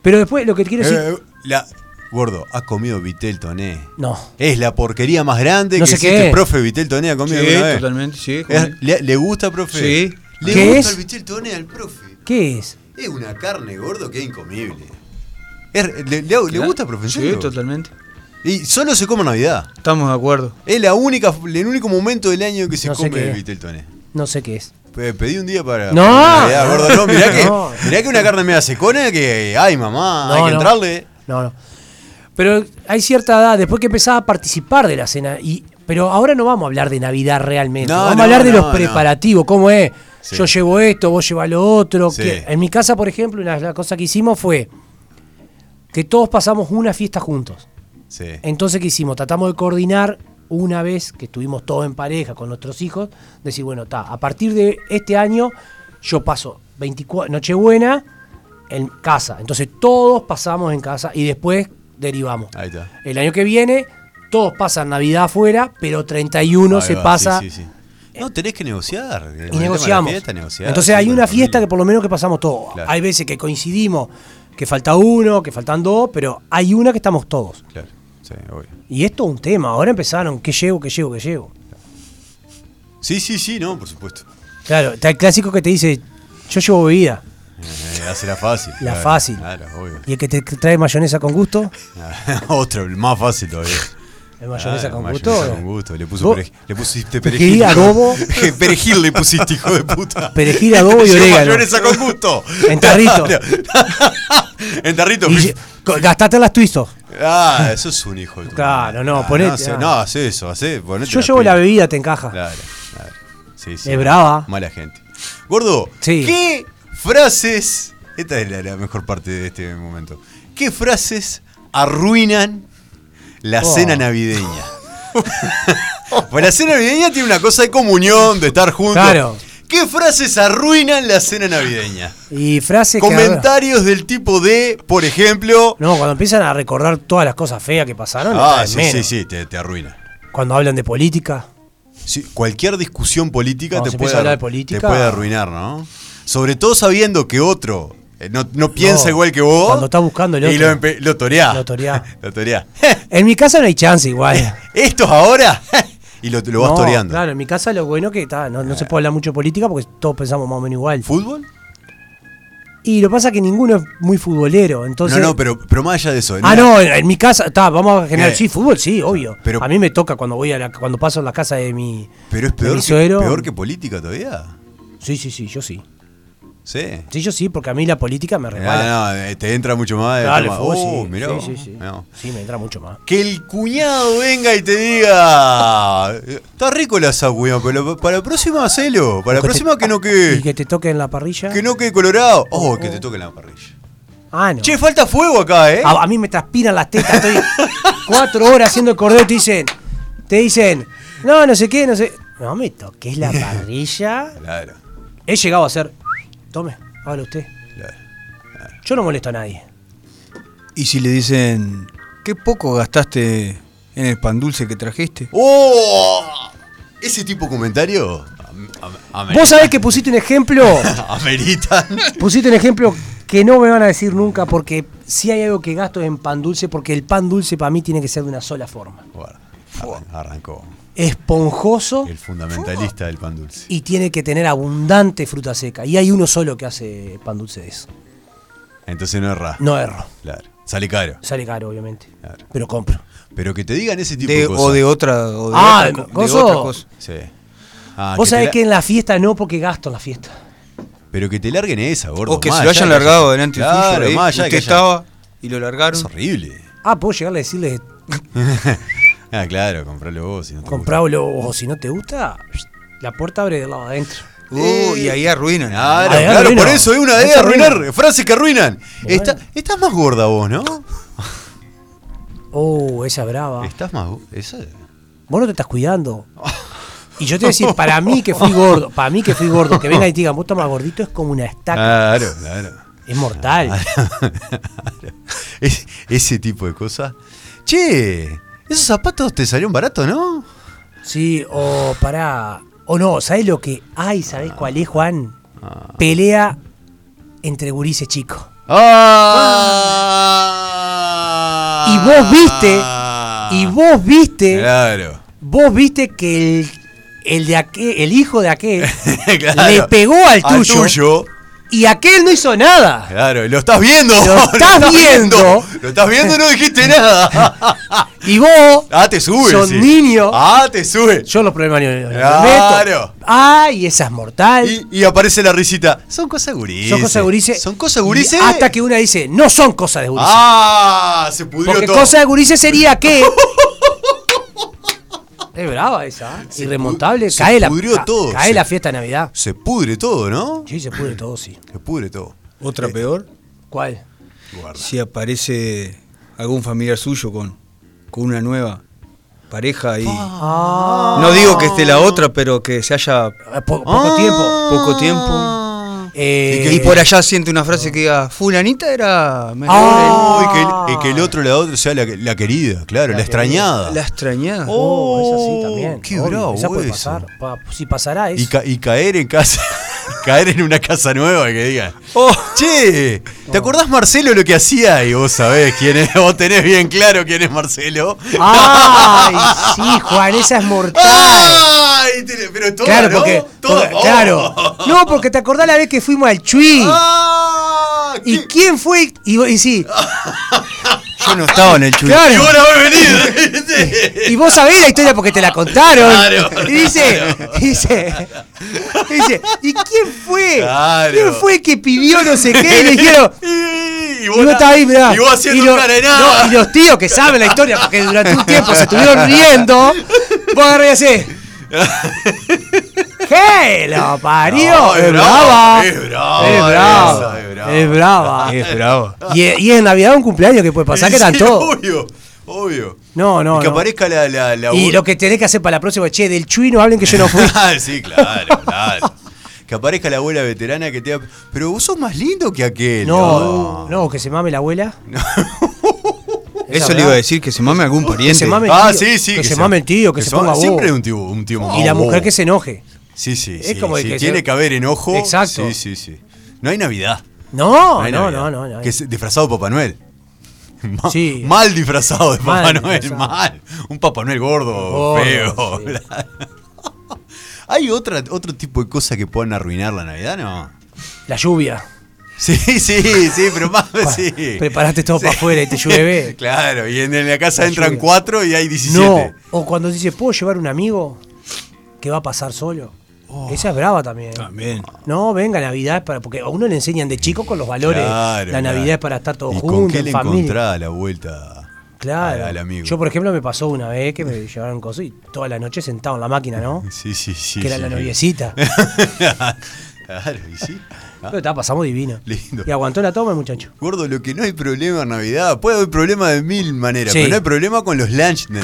Pero después lo que quiero decir. Eh, la... Gordo, has comido vitel toné. no. Es la porquería más grande No que sé qué existe. es. profe Vitel Toné ha comido Sí, alguna vez. totalmente, sí, Es- comí. le, le gusta, profe? Sí. ¿Le ¿Qué gusta es? el Vitel Toné al profe? ¿Qué es? Es una carne, gordo, que es incomible. Es- le, le- le gusta, profe? ¿En Sí, serio? totalmente. Y solo se come en Navidad. Estamos de acuerdo. Es la única, el único momento del año que se No sé come qué el es. vitel toné. No sé qué es. Pe- Pedí un día para. No. para Navidad, gordo, no, mirá que, No. mirá que una carne media secona que. Ay, mamá, hay No, que no. entrarle. No, no. Pero hay cierta edad, después que empezaba a participar de la cena. y Pero ahora no vamos a hablar de Navidad realmente. No, vamos no, a hablar de no, los no. preparativos, cómo es. Sí. Yo llevo esto, vos llevas lo otro. Sí. que- en mi casa, por ejemplo, una de las cosas que hicimos fue que todos pasamos una fiesta juntos. Sí. Entonces, ¿qué hicimos? Tratamos de coordinar una vez que estuvimos todos en pareja con nuestros hijos, decir, bueno, está, a partir de este año yo paso 24, Nochebuena en casa. Entonces todos pasamos en casa y después derivamos. Ahí está. El año que viene todos pasan Navidad afuera, pero 31 Ahí se va, pasa sí, sí, sí. No, tenés que negociar. Con y el tema de la negociamos. fiesta, negociar, Entonces sí, hay con una la familia. fiesta que por lo menos que pasamos todos. Claro. Hay veces que coincidimos, que falta uno, que faltan dos, pero hay una que estamos todos. Claro, sí, obvio. Y esto es un tema. Ahora empezaron, que llevo, que llevo, que llevo. Sí, sí, sí, no, por supuesto. Claro, está el clásico que te dice, yo llevo bebida. Eh, hace la fácil. La claro, fácil. Claro, obvio. ¿Y el que te trae mayonesa con gusto? Otro, el más fácil todavía. ¿El mayonesa Claro, con Ah, mayonesa gusto? con gusto. Le, puso Vos- perej- le pusiste Perejil, perejil. adobo. perejil le pusiste, hijo de puta. Perejil, adobo y Llevó orégano. mayonesa con gusto. En tarrito. Claro. en tarrito. Y lle- co- gastate las twistos. Ah, eso es un hijo de tu Claro, madre. no, Ah, ponete, No, hace- ah. no, hace eso, hace. ponete Yo llevo la pila. bebida, te encaja. Claro, claro. Sí, sí. Ah. Es brava. Mala gente. Gordo, Sí. ¿qué frases? Esta es la, la mejor parte de este momento. ¿Qué frases arruinan la Oh. cena navideña? pues la cena navideña tiene una cosa de comunión, de estar juntos. Claro. ¿Qué frases arruinan la cena navideña? Y frases que... Comentarios del tipo de, por ejemplo. No, cuando empiezan a recordar todas las cosas feas que pasaron, no ah, caen sí, sí, menos. sí, te, te arruina. Cuando hablan de política, Sí, cualquier discusión política Cuando te se puede, empieza a hablar de arru- política- ah. te puede arruinar, ¿no? Sobre todo sabiendo que otro eh, no, no piensa No, igual que vos. cuando está buscando el Y otro. lo, empe- lo toreá. Lo toreá. Lo toreá. en mi casa no hay chance igual. ¿Estos ahora? y lo, lo vas No, toreando. Ah. Claro, en mi casa lo bueno que está, no, no se puede hablar mucho de política porque todos pensamos más o menos igual. ¿Fútbol? Y lo que pasa es que ninguno es muy futbolero, entonces... no, no, pero, pero más allá de eso. Ah, en- no, en, en mi casa, está, vamos a generar, Eh, sí, fútbol, sí, obvio. pero- a mí me toca cuando voy a la, cuando paso en la casa de mi, Pero es de peor mi que, suegro. peor que política todavía. Sí, sí, sí, yo sí. Sí. Sí, yo sí, porque a mí la política me Ah, resbala. no, eh, te entra mucho más. el Claro, el tema. fútbol, Oh, sí. mirá, sí, sí, sí. mirá. Sí, me entra mucho más. Que el cuñado venga y te diga. Está rico la sagüía, pero para la próxima hacelo. Para la te- próxima que no Y quede. que te toquen la parrilla. Que no quede colorado. Oh, que te toque la parrilla. Ah, no. Che, falta fuego acá, eh. A, a mí me transpiran las tetas, estoy cuatro horas haciendo el cordero y te dicen, te dicen, no, no sé qué, no sé. No me toques la parrilla. Claro, He llegado a hacer, tome, hágalo usted. claro. Yo no molesto a nadie. Y si le dicen, qué poco gastaste en el pan dulce que trajiste. ¡Oh! Ese tipo de comentario. am- am- Vos sabés que pusiste un ejemplo, Ameritan. pusiste un ejemplo que no me van a decir nunca porque si hay algo que gasto es en pan dulce, porque el pan dulce para mí tiene que ser de una sola forma. Bueno, arran- arrancó. Esponjoso El fundamentalista del pan dulce. y tiene que tener abundante fruta seca. Y hay uno solo que hace pan dulce de eso. Entonces no erra. No erro. Claro. Sale caro. Sale caro, obviamente. Claro. Pero compro. Pero que te digan ese tipo De- de cosas. o de otra, o de Ah, otra, co- de coso. otra cosa. Sí. Ah, Vos te sabés la- que en la fiesta no, porque gasto en la fiesta. Pero que te larguen esa, gordo. O que más se lo allá hayan de que largado haya- delante Claro, suyo. ahí. más allá de Usted que haya- estaba y lo largaron. Es horrible. Ah, puedo llegar a decirle, Ah, claro, compralo vos. Si no te compralo o si no te gusta, la puerta abre del lado adentro. Uh, y ahí gusta. arruinan. Claro, Ahí claro, arruino. por eso es una Ahí de se arruinar. arruina. Frases que arruinan. Bueno. Está- estás más gorda vos, ¿no? Oh, esa es brava. Estás más. go- Esa. Vos no te estás cuidando. Y yo te voy a decir, para mí que fui gordo, para mí que fui gordo, que venga y te digan, vos estás más gordito, es como una estaca. Claro, claro. Es mortal. Ah. Es- ese tipo de cosas. Che, esos zapatos te salieron baratos, ¿no? Sí, o pará. O no, ¿sabés lo que hay? ¿Sabés cuál es, Juan? Pelea entre gurises chicos. ¡Ah! Y vos viste, y vos viste, Claro. vos viste que el, el, de aquel, el hijo de aquel Claro. le pegó al tuyo, tuyo. y aquel no hizo nada. Claro, lo estás viendo. Lo estás viendo. Lo estás viendo y no dijiste nada. Y vos, Ah, te sube. Son sí. niños. Ah, te sube. yo los problemas no los Claro. meto. Ay, esa es mortal. Y, y aparece la risita. Son cosas gurises. son cosas de gurises. Son cosas gurises. Y Hasta que una dice, no son cosas de gurises. Ah, se pudrió Porque todo. cosas de gurises sería que... es brava esa. ¿eh? Irremontable. pu- se cae la, pudrió ca- todo, cae se- la fiesta de Navidad. Se pudre todo, ¿no? Sí, se pudre todo, sí. Se pudre todo. Otra peor, ¿Cuál? Eh, Guarda. si aparece algún familiar suyo con, con una nueva pareja y... Ah. No digo que esté la otra, pero que se haya Eh, po- Ah. poco tiempo. poco tiempo. Eh, y por allá siente una frase que diga, fulanita era mejor Ah. Oh, y, que el, y que el otro, la otra, sea la, la querida, claro, la, extrañada. en la extrañada. Oh, esa sí también. qué obvio, bravo esa puede eso. pasar. Pa- si pasará eso. Y, ca- y caer en casa. caer en una casa nueva que diga. Oh. Che, ¿te acordás Marcelo lo que hacía? Y vos sabés quién es, vos tenés bien claro quién es Marcelo. ¡Ay, sí, Juan! Esa es Ah. mortal. ¡Ay! te- Pero todo, Ah, Claro, ¿no? porque. Todo, porque- oh. Claro. No, porque te acordás la vez que fuimos al Chuy. ¡Ah! ¿Y ¿qué? quién fue? el- Y, vos- y sí, Yo no estaba en el chulo. Ah, Y claro. vos no habés venido. Y vos sabés la historia porque te la contaron. Claro, y dice, dice, dice, ¿y quién fue? Claro. ¿Quién fue que pidió no sé qué? Y le dijeron, y, y vos estabas ahí, mirá. y vos haciendo lo- cara de no, nada. y los tíos que saben la historia, porque durante un tiempo se estuvieron riendo, vos agarrás y hacés. ¡Qué lo parió! No, es es, brava, brava. es brava Es brava. esa, es brava. Es brava. Es bravo. Y, y en Navidad un cumpleaños que puede pasar que eran Sí, todos. Obvio, obvio. No, no. y que no. aparezca la. la, la Y lo que tenés que hacer para la próxima, che, del Chuy no hablen que yo no fui. Ah, sí, claro, claro. Que aparezca la abuela veterana que te va- Pero vos sos más lindo que aquel. No, no, que se mame la abuela. Esa Eso le verdad. iba a decir, que se mame algún pariente. se mame. Ah, el tío, sí, sí. que se mame el tío, que se ponga bobo. Siempre hay un tío, un tío más Y la bobo. mujer que se enoje. Sí, sí, Es sí. como de sí, que tiene se- que haber enojo. Exacto. Sí, sí, sí. No hay Navidad. No, hay no, Navidad. no, no, no. Que es disfrazado de Papá Noel. Ma- Sí. Mal disfrazado de Papá Mal Noel, disfrazado. mal. Un Papá Noel gordo, Gordo, feo. sí. claro. ¿Hay otra, otro tipo de cosas que puedan arruinar la Navidad? No. La lluvia. Sí, sí, sí, pero más sí. preparaste todo para afuera y te llueve. Claro, y en, en la casa La entran lluvia. cuatro y hay 17. No. O cuando dice, ¿puedo llevar un amigo que va a pasar solo? Oh. Esa es brava también. También. No, venga, Navidad es para. Porque a uno le enseñan de chico con los valores. Claro, la claro. Navidad es para estar todos ¿Y juntos, con qué le en familia. encontrás a la vuelta Claro. al, al amigo? Yo, por ejemplo, me pasó una vez que me llevaron cosas y toda la noche sentado en la máquina, ¿no? Sí, sí, sí. que era sí, la sí. noviecita. claro, y sí. Ah, Pero está, pasamos divino. Lindo. Y aguantó la toma el muchacho. Gordo, lo que no hay problema en Navidad, puede haber problema de mil maneras, Sí. pero no hay problema con los lunch de Navidad, ¿no?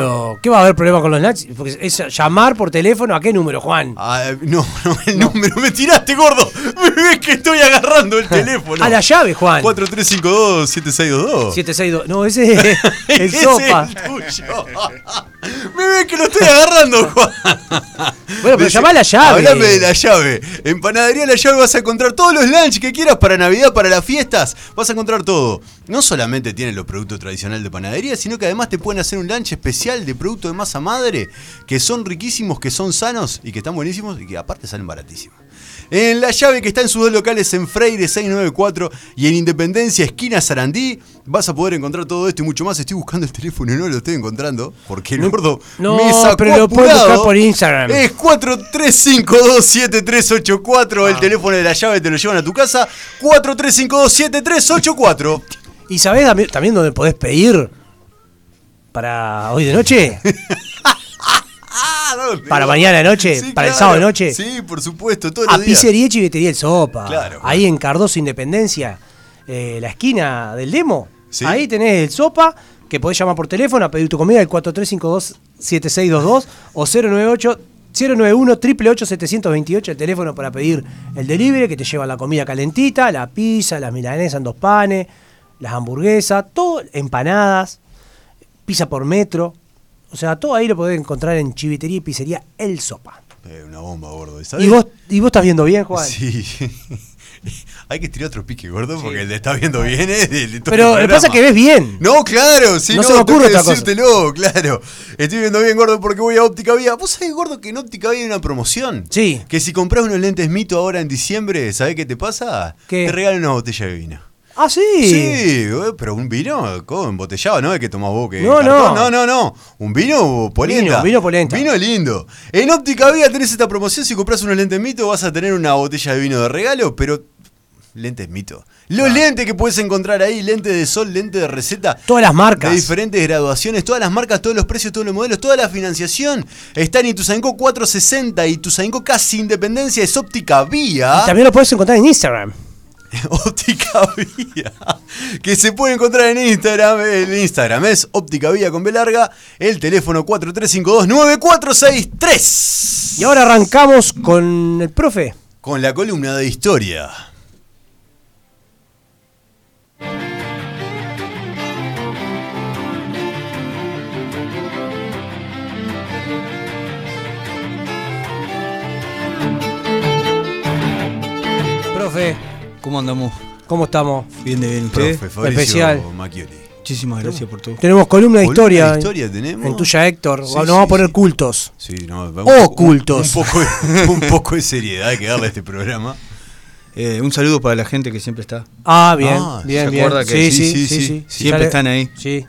Claro, ¿qué va a haber problema con los Nats? Porque es llamar por teléfono a qué número, Juan. Ah, no, no, el número me tiraste, gordo. Es que estoy agarrando el teléfono. A la llave, Juan. 4352-7622. 762. No, ese es el Ese sopa. es el tuyo. Me ve que lo estoy agarrando, Juan. Bueno, pero Dice, llamá a la llave. Hablame de la llave. En Panadería La Llave vas a encontrar todos los lunch que quieras para Navidad, para las fiestas. Vas a encontrar todo. No solamente tienen los productos tradicionales de panadería, sino que además te pueden hacer un lunch especial de productos de masa madre, que son riquísimos, que son sanos y que están buenísimos y que aparte salen baratísimos. En La Llave, que está en sus dos locales en Freire 694 y en Independencia, esquina Sarandí, vas a poder encontrar todo esto y mucho más. Estoy buscando el teléfono y no lo estoy encontrando, porque el gordo no, me sacó pero lo puedes apurado. buscar por Instagram. Es 43527384, el teléfono de la llave te lo llevan a tu casa. 43527384. ¿Y sabés también, también dónde podés pedir para hoy de noche? Ah, ¿dónde? Para mañana de noche, para el sábado de noche. Sí, por supuesto, todos a los días. Pizzería y Chivetería El Sopa. Claro. Ahí en Cardoso Independencia, eh, la esquina del Demo. Sí. Ahí tenés el Sopa, que podés llamar por teléfono a pedir tu comida al 4352-7622 o 098 091 888 728 el teléfono para pedir el delivery que te lleva la comida calentita, la pizza, las milanesas en dos panes, las hamburguesas, todo, empanadas, pizza por metro. O sea, todo ahí lo podés encontrar en Chivetería y Pizzería El Sopa. Eh, una bomba, gordo. ¿sabes? ¿Y vos, ¿Y vos estás viendo bien, Juan? Sí. Hay que tirar otro pique, gordo, porque el de está viendo bien es del de todo Pero el lo que pasa es que ves programa. bien. No, claro, si no, No se me tengo ocurre que otra cosa. decírtelo, claro. Estoy viendo bien, gordo, porque voy a Óptica Vía. ¿Vos sabés, gordo, que en Óptica Vía hay una promoción? Sí. Que si compras unos lentes mito ahora en diciembre, ¿sabés qué te pasa? ¿Qué? Te regalan una botella de vino. Ah, sí. Sí, eh, pero un vino ¿cómo? embotellado, ¿no? Es que tomás vos que. No, en no. cartón. No, no, no. Un vino polenta. Vino, vino polenta. Vino lindo. En Óptica Vía tenés esta promoción. Si compras unos lentes mito, vas a tener una botella de vino de regalo, pero. Lentes mito. Los Ah. lentes que puedes encontrar ahí: lentes de sol, lentes de receta. Todas las marcas. De diferentes graduaciones, todas las marcas, todos los precios, todos los modelos, toda la financiación está en Ituzaingó 460. Ituzaingó casi independencia es óptica vía. Y también lo puedes encontrar en Instagram. Óptica Vía. Que se puede encontrar en Instagram. El Instagram es Óptica Vía con B larga. El teléfono 4352-9463. Y ahora arrancamos con el profe. Con la columna de historia. ¿Cómo andamos? ¿Cómo estamos? Bien de bien ustedes. Profe Fabricio Especial. Macchioli. Muchísimas gracias por todo. Tenemos columna de Columna historia. de en- historia tenemos. En tuya, Héctor. Sí, Nos sí, vamos a poner sí. cultos. Sí, no, va- Oh, un- cultos. Un poco, un poco de seriedad hay que darle a este programa. Eh, un saludo para la gente que siempre está. Ah, bien, Ah, bien, ¿se bien. acuerda sí, que sí, sí, sí, Siempre Sale- están ahí. Sí.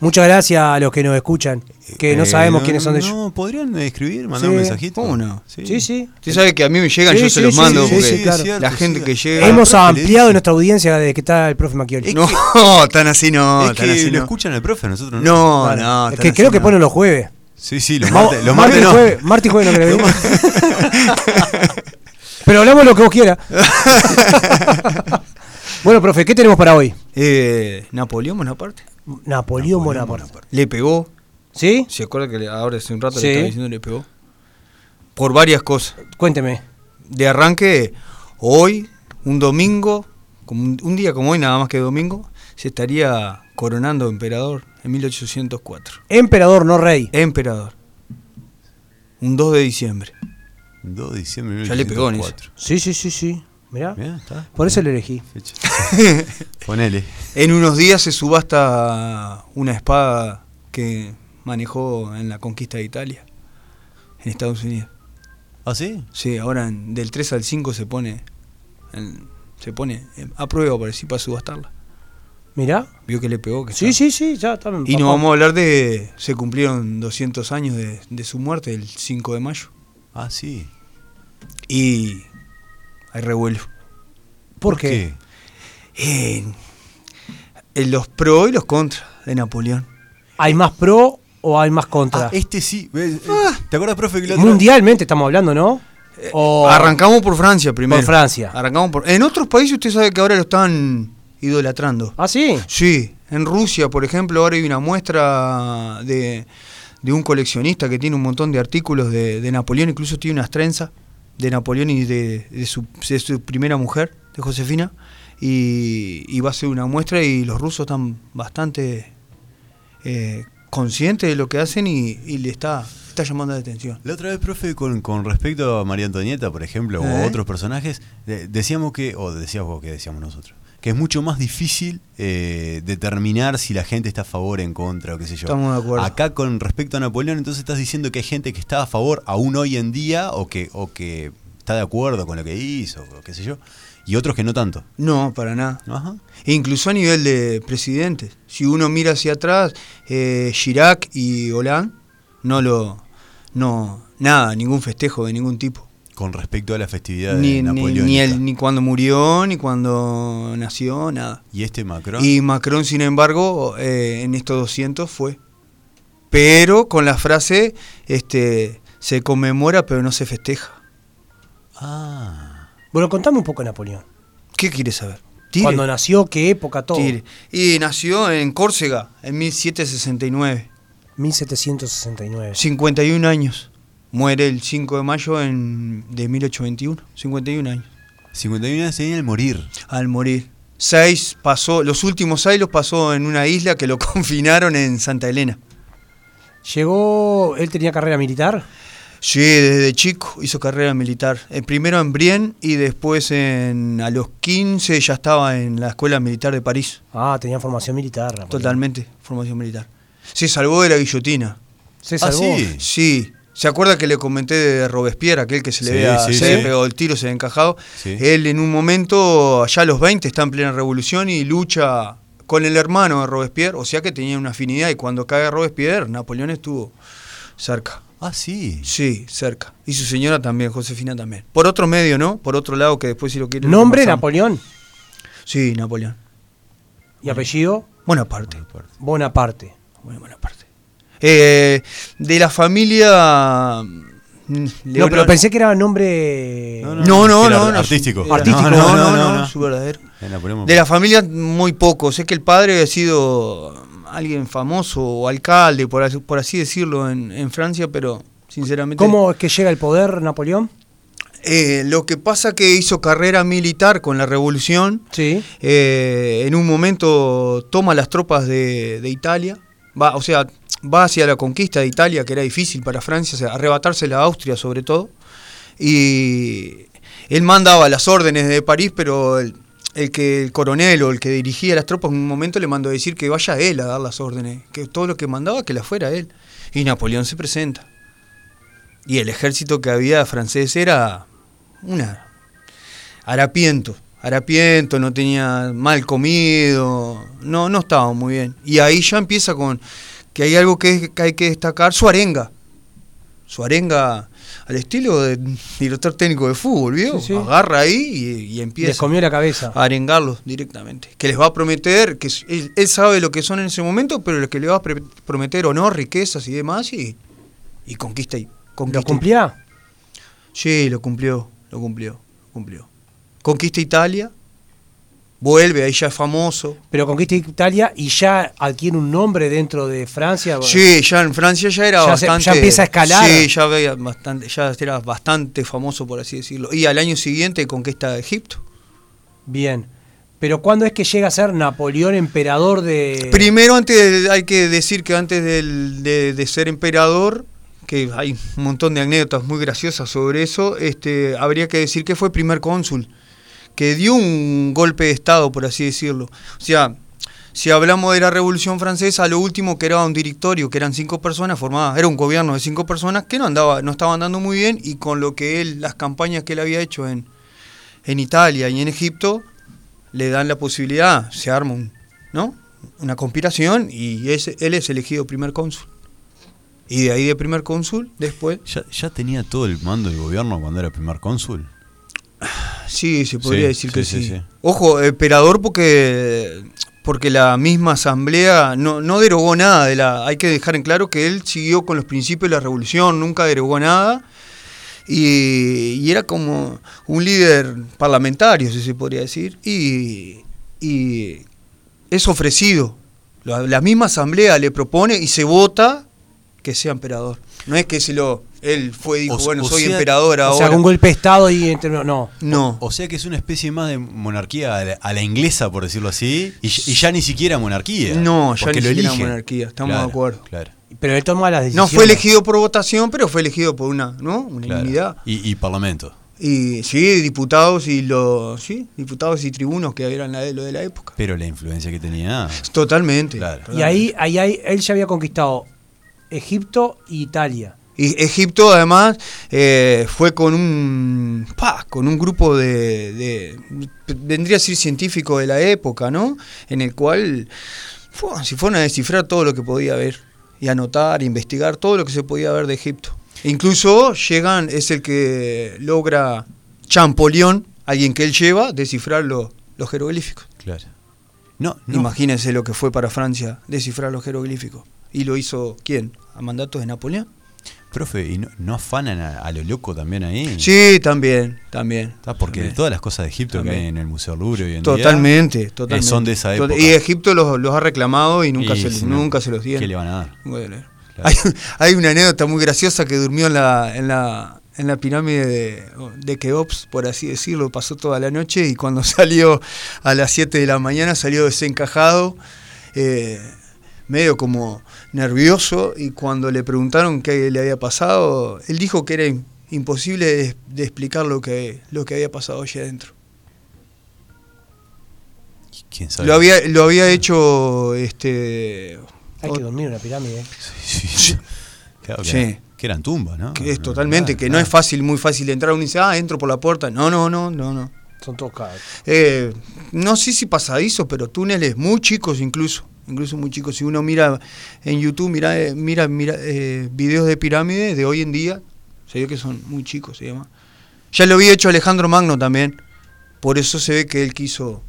Muchas gracias a los que nos escuchan, que no Eh, sabemos quiénes son de ellos. No, eh. podrían escribir, mandar Sí. un mensajito. ¿Cómo no? Sí. Sí, sí. Usted sabe que a mí me llegan, Sí, yo sí, se los sí, mando. sí, porque sí, claro. la gente que llega. Ah, Hemos profe, le ampliado dice. Eh, nuestra audiencia desde que está el profe Maquioli. Es No, tan así no, es tan que así lo no. escuchan al profe, nosotros no. No, Claro. no, Es tan que creo así que no. ponen los jueves. Sí, sí, los Vamos- martes, los martes martes y no. jueves, martes y jueves no creo. Pero hablamos lo que vos quieras. bueno, profe, ¿qué tenemos para hoy? Eh, Napoleón Bonaparte Napoleón Bonaparte. le pegó. ¿Sí? ¿Se acuerda que le- ahora hace un rato Sí. le estaba diciendo le pegó? Por varias cosas. Cuénteme. De arranque, hoy, un domingo, como un un día como hoy, nada más que domingo, se estaría coronando emperador en 1804. Emperador, no rey. Emperador. Un 2 de diciembre. 2 de diciembre de Ya le pegó en 1904. Sí, sí, sí, sí. Mirá. Mirá, está. Por eso lo elegí. Fecha. Ponele. En unos días se subasta una espada que manejó en la conquista de Italia, en Estados Unidos. ¿Ah, sí? Sí, ahora en- del 3 al 5 se pone en- se pone eh, a prueba para si para subastarla. Mirá. Vio que le pegó que Sí, está- sí, sí, ya está. Y papá. nos vamos a hablar de se cumplieron 200 años de, de su muerte el 5 de mayo Ah, sí. y hay revuelo. ¿Por qué? Eh, en los pro y los contra de Napoleón. ¿Hay más pro o hay más contra? Ah, este sí. ¿ves? Ah. ¿Te acuerdas, profe, que la otra- Mundialmente estamos hablando, ¿no? O- Arrancamos por Francia primero. Por Francia. Arrancamos por. En otros países usted sabe que ahora lo están idolatrando. Ah, sí. Sí, en Rusia, por ejemplo, ahora hay una muestra de, de un coleccionista que tiene un montón de artículos de, de Napoleón, incluso tiene unas trenzas de Napoleón y de, de su, de su primera mujer, de Josefina, y, y va a ser una muestra y los rusos están bastante eh, conscientes de lo que hacen y, y le está, está llamando la atención. La otra vez, profe, con, con respecto a María Antonieta, por ejemplo, o ¿Eh? a otros personajes, de- decíamos que, o decías vos que decíamos nosotros, que es mucho más difícil eh, determinar si la gente está a favor, en contra, o qué sé yo. Estamos de acuerdo. Acá con respecto a Napoleón, entonces estás diciendo que hay gente que está a favor aún hoy en día, o que, o que está de acuerdo con lo que hizo, o qué sé yo, y otros que no tanto. No, para nada. Ajá. E incluso a nivel de presidentes. Si uno mira hacia atrás, eh, Chirac y Hollande, no lo. No, nada, ningún festejo de ningún tipo. Con respecto a la festividad de Ni, ni, Napoleón. ni el- ni cuando murió, ni cuando nació, nada. Y este Macron. Y Macron, sin embargo, eh, en estos 200 fue. Pero con la frase, este, se conmemora pero no se festeja. Ah. Bueno, contame un poco de Napoleón. ¿Qué quiere saber? Tire, Cuando nació, qué época, todo. tire. Y nació en Córcega en 1769. 1769. 51 años. Muere el 5 de mayo en, de 1821. 51 años. 51 años tenía el morir. Al morir. Seis pasó, los últimos seis los pasó en una isla que lo confinaron en Santa Elena. Llegó, él tenía carrera militar. Sí, desde chico hizo carrera militar. Eh, primero en Brienne y después en, a los 15 ya estaba en la escuela militar de París. Ah, tenía formación militar. Napoleón. Totalmente, formación militar. Se salvó de la guillotina. Se Ah, salvó. sí. Sí. ¿Se acuerda que le comenté de Robespierre, aquel que se le Sí, había sí, se había sí. pegado el tiro, se había encajado? Sí. Él en un momento, allá a los 20, está en plena revolución y lucha con el hermano de Robespierre, o sea que tenía una afinidad y cuando cae Robespierre, Napoleón estuvo cerca. Ah, sí. Sí, cerca. Y su señora también, Josefina también. Por otro medio, ¿no? Por otro lado, que después si lo quieren... lo Nombre conversamos. Napoleón Sí, Napoleón. y apellido Bonaparte. Bonaparte. Bueno, buena parte. Eh, de la familia... mm, No, pero Leonor- pensé que era nombre. No, No, no, Era no, no. artístico. su- era- Artístico. No, no, No, no, no, no, no. su verdadero. Eh, Napoleón De la familia muy poco. Sé que el padre ha sido um, alguien famoso o alcalde, por así, por así decirlo, en, en Francia, pero sinceramente... ¿Cómo es que llega al poder Napoleón? Eh, lo que pasa que hizo carrera militar con la revolución. Sí. Eh, en un momento toma las tropas de, de Italia, va, o sea, va hacia la conquista de Italia, que era difícil para Francia, o sea, arrebatársela a Austria sobre todo. Y él mandaba las órdenes de París, pero el, el que el coronel o el que dirigía las tropas en un momento le mandó a decir que vaya él a dar las órdenes, que todo lo que mandaba que la fuera él. Y Napoleón se presenta. Y el ejército que había francés era una harapiento, harapiento, no tenía mal comido, no no estaba muy bien. Y ahí ya empieza con que hay algo que, es- que hay que destacar, su arenga. Su arenga al estilo de director técnico de fútbol, ¿vio? Sí, sí. Agarra ahí y, y empieza Les comió la cabeza. a arengarlos directamente. Que les va a prometer, que s- él, él sabe lo que son en ese momento, pero lo que le va a pre- prometer honor, riquezas y demás, y, y conquista y conquista. ¿Lo cumplía? Sí, lo cumplió, lo cumplió, lo cumplió. Conquista Italia, vuelve, ahí ya es famoso. Pero conquista Italia y ya adquiere un nombre dentro de Francia. Sí, ya en Francia ya era Ya se- ya bastante. empieza a escalar. Sí, ya, veía bastante, ya era bastante famoso, por así decirlo. Y al año siguiente conquista Egipto. Bien. Pero ¿cuándo es que llega a ser Napoleón emperador de... Primero antes de- hay que decir que antes del- de, de ser emperador, que hay un montón de anécdotas muy graciosas sobre eso, este, habría que decir que fue primer cónsul, que dio un golpe de Estado, por así decirlo. O sea, si hablamos de la Revolución Francesa, lo último que era un directorio, que eran cinco personas formadas, era un gobierno de cinco personas que no andaba, no estaba andando muy bien y con lo que él, las campañas que él había hecho en, en Italia y en Egipto, le dan la posibilidad, se arma un, ¿no? una conspiración y es- él es elegido primer cónsul. Y de ahí de primer cónsul, después, ¿Ya, ya tenía todo el mando del gobierno cuando era primer cónsul? sí, se podría Sí, decir que sí, sí, sí. sí. Ojo, emperador porque porque la misma asamblea no, no derogó nada de la... Hay que dejar en claro que él siguió con los principios de la revolución, nunca derogó nada. y, y era como un líder parlamentario, si se podría decir, y, y es ofrecido. La, la misma asamblea le propone y se vota que sea emperador. No es que si lo él fue y dijo, O- bueno, o soy sea- emperador O ahora. sea, con un golpe de Estado y... Entre... No. no. O sea que es una especie más de monarquía a la, a la inglesa, por decirlo así, y, ya- y ya ni siquiera monarquía. No, ya porque ni lo siquiera eligen. monarquía, estamos de acuerdo. Claro, Pero él toma las No decisiones. fue elegido por votación, pero fue elegido por una, ¿no? claro. Unanimidad. Y, y parlamento. Y sí, diputados y los sí, diputados y tribunos que eran la de lo de la época. Pero la influencia que tenía. Totalmente. Claro. Y ahí, ahí, ahí él ya había conquistado Egipto e Italia. Y Egipto además eh, fue con un pa, con un grupo de, de- vendría a ser científico de la época, ¿no? En el cual fua, se fueron a descifrar todo lo que podía haber y anotar, investigar todo lo que se podía ver de Egipto. Incluso llegan es el que logra Champollion, alguien que él lleva, descifrar lo- los jeroglíficos. Claro. No, no. Imagínense lo que fue para Francia descifrar los jeroglíficos. Y lo hizo quién? A mandatos de Napoleón. Profe, ¿y no, no afanan a, a lo loco también ahí? Sí, también, también. Ah, porque También. todas las cosas de Egipto También. en el Museo del Louvre hoy en día, Totalmente, eh, totalmente. son de esa Tot- época. Y Egipto los, los ha reclamado y nunca, Y se, si no, nunca se los dieron. ¿Qué le van a dar? Nunca se los dieron. Claro. Hay, hay una anécdota muy graciosa que durmió en la, en la, en la pirámide de, de Keops, por así decirlo, pasó toda la noche y cuando salió a las 7 de la mañana salió desencajado, eh, medio como nervioso y cuando le preguntaron qué le había pasado, él dijo que era im- imposible de, de explicar lo que, lo que había pasado allí adentro. ¿Quién sabe? Lo había, lo había hecho este Hay que dormir en una pirámide. ¿eh? Sí, sí. Claro que, Sí. eran- que eran tumbas, ¿no? que es No, totalmente, claro, que no claro. es fácil, muy fácil entrar. Uno dice, ah, entro por la puerta. No, no, no, no, no. Son todos caros. Eh, no sé si pasadizos, pero túneles muy chicos incluso. Incluso muy chicos. Si uno mira en YouTube, mira, eh, mira, mira eh, videos de pirámides de hoy en día, se ve que son muy chicos y demás. Ya lo había hecho Alejandro Magno también. Por eso se ve que él quiso.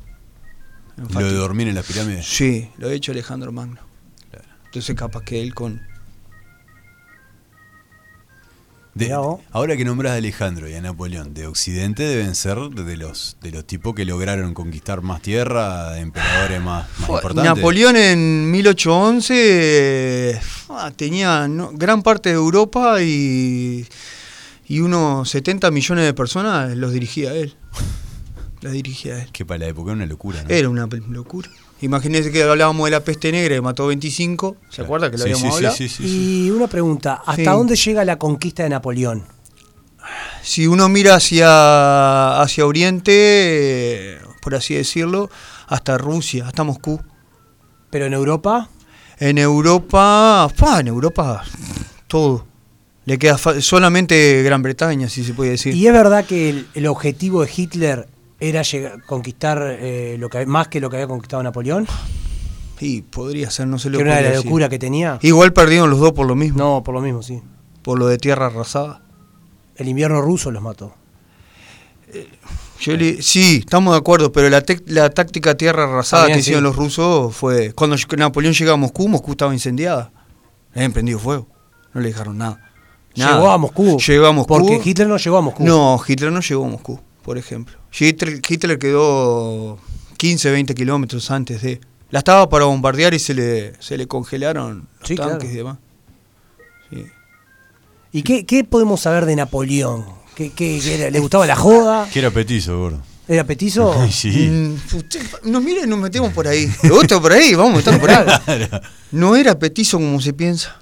Lo de enfatizar. dormir en la pirámide. Sí, lo ha hecho Alejandro Magno. Entonces capaz que él con... De- Mirá vos. ahora que nombras a Alejandro y a Napoleón, de Occidente deben ser de los de los tipos que lograron conquistar más tierra, de emperadores más, más Fue- importantes. Napoleón en 1811 eh, ah, tenía no, gran parte de Europa y, y unos 70 millones de personas los dirigía él. Las dirigía él. Que para la época era una locura, ¿no? Era una pe- locura. Imagínense que hablábamos de la peste negra que mató 25. ¿Se Claro. acuerda que lo Sí, habíamos sí, hablado? Sí, sí, sí, sí. Y una pregunta, ¿hasta Sí. dónde llega la conquista de Napoleón? Si uno mira hacia, hacia Oriente, eh, por así decirlo, hasta Rusia, hasta Moscú. Pero en Europa, En Europa, ¡fua! en Europa, todo. Le queda fa- solamente Gran Bretaña, si se puede decir. ¿y es verdad que el, el objetivo de Hitler era llegar- conquistar eh, lo que, más que lo que había conquistado Napoleón? Y podría ser, no se Que le era una de ocurre las decir. locuras que tenía. Igual perdieron los dos por lo mismo, No, por lo mismo, sí. por lo de tierra arrasada. El invierno ruso los mató. Yo le- sí, estamos de acuerdo, pero la, tec- la táctica tierra arrasada También, que hicieron sí. los rusos fue... Cuando lleg- Napoleón llegó a Moscú, Moscú estaba incendiada. Le habían prendido fuego, no le dejaron nada. Nada. Llegó a Moscú. Llegó a Moscú. Porque Hitler no llegó a Moscú. No, Hitler no llegó a Moscú, por ejemplo. Hitler, Hitler quedó 15, 20 kilómetros antes de... La estaba para bombardear y se le, se le congelaron los Sí, claro. tanques y demás. Sí. ¿Y qué, qué podemos saber de Napoleón? ¿Qué, qué- qué era? ¿Le gustaba la joda? Que era petizo, gordo. ¿Era petizo? Ay, sí. Mm, usted- nos mira y nos metemos por ahí. ¿Le gusta por ahí? Vamos, estamos por ahí. No era petizo como se piensa.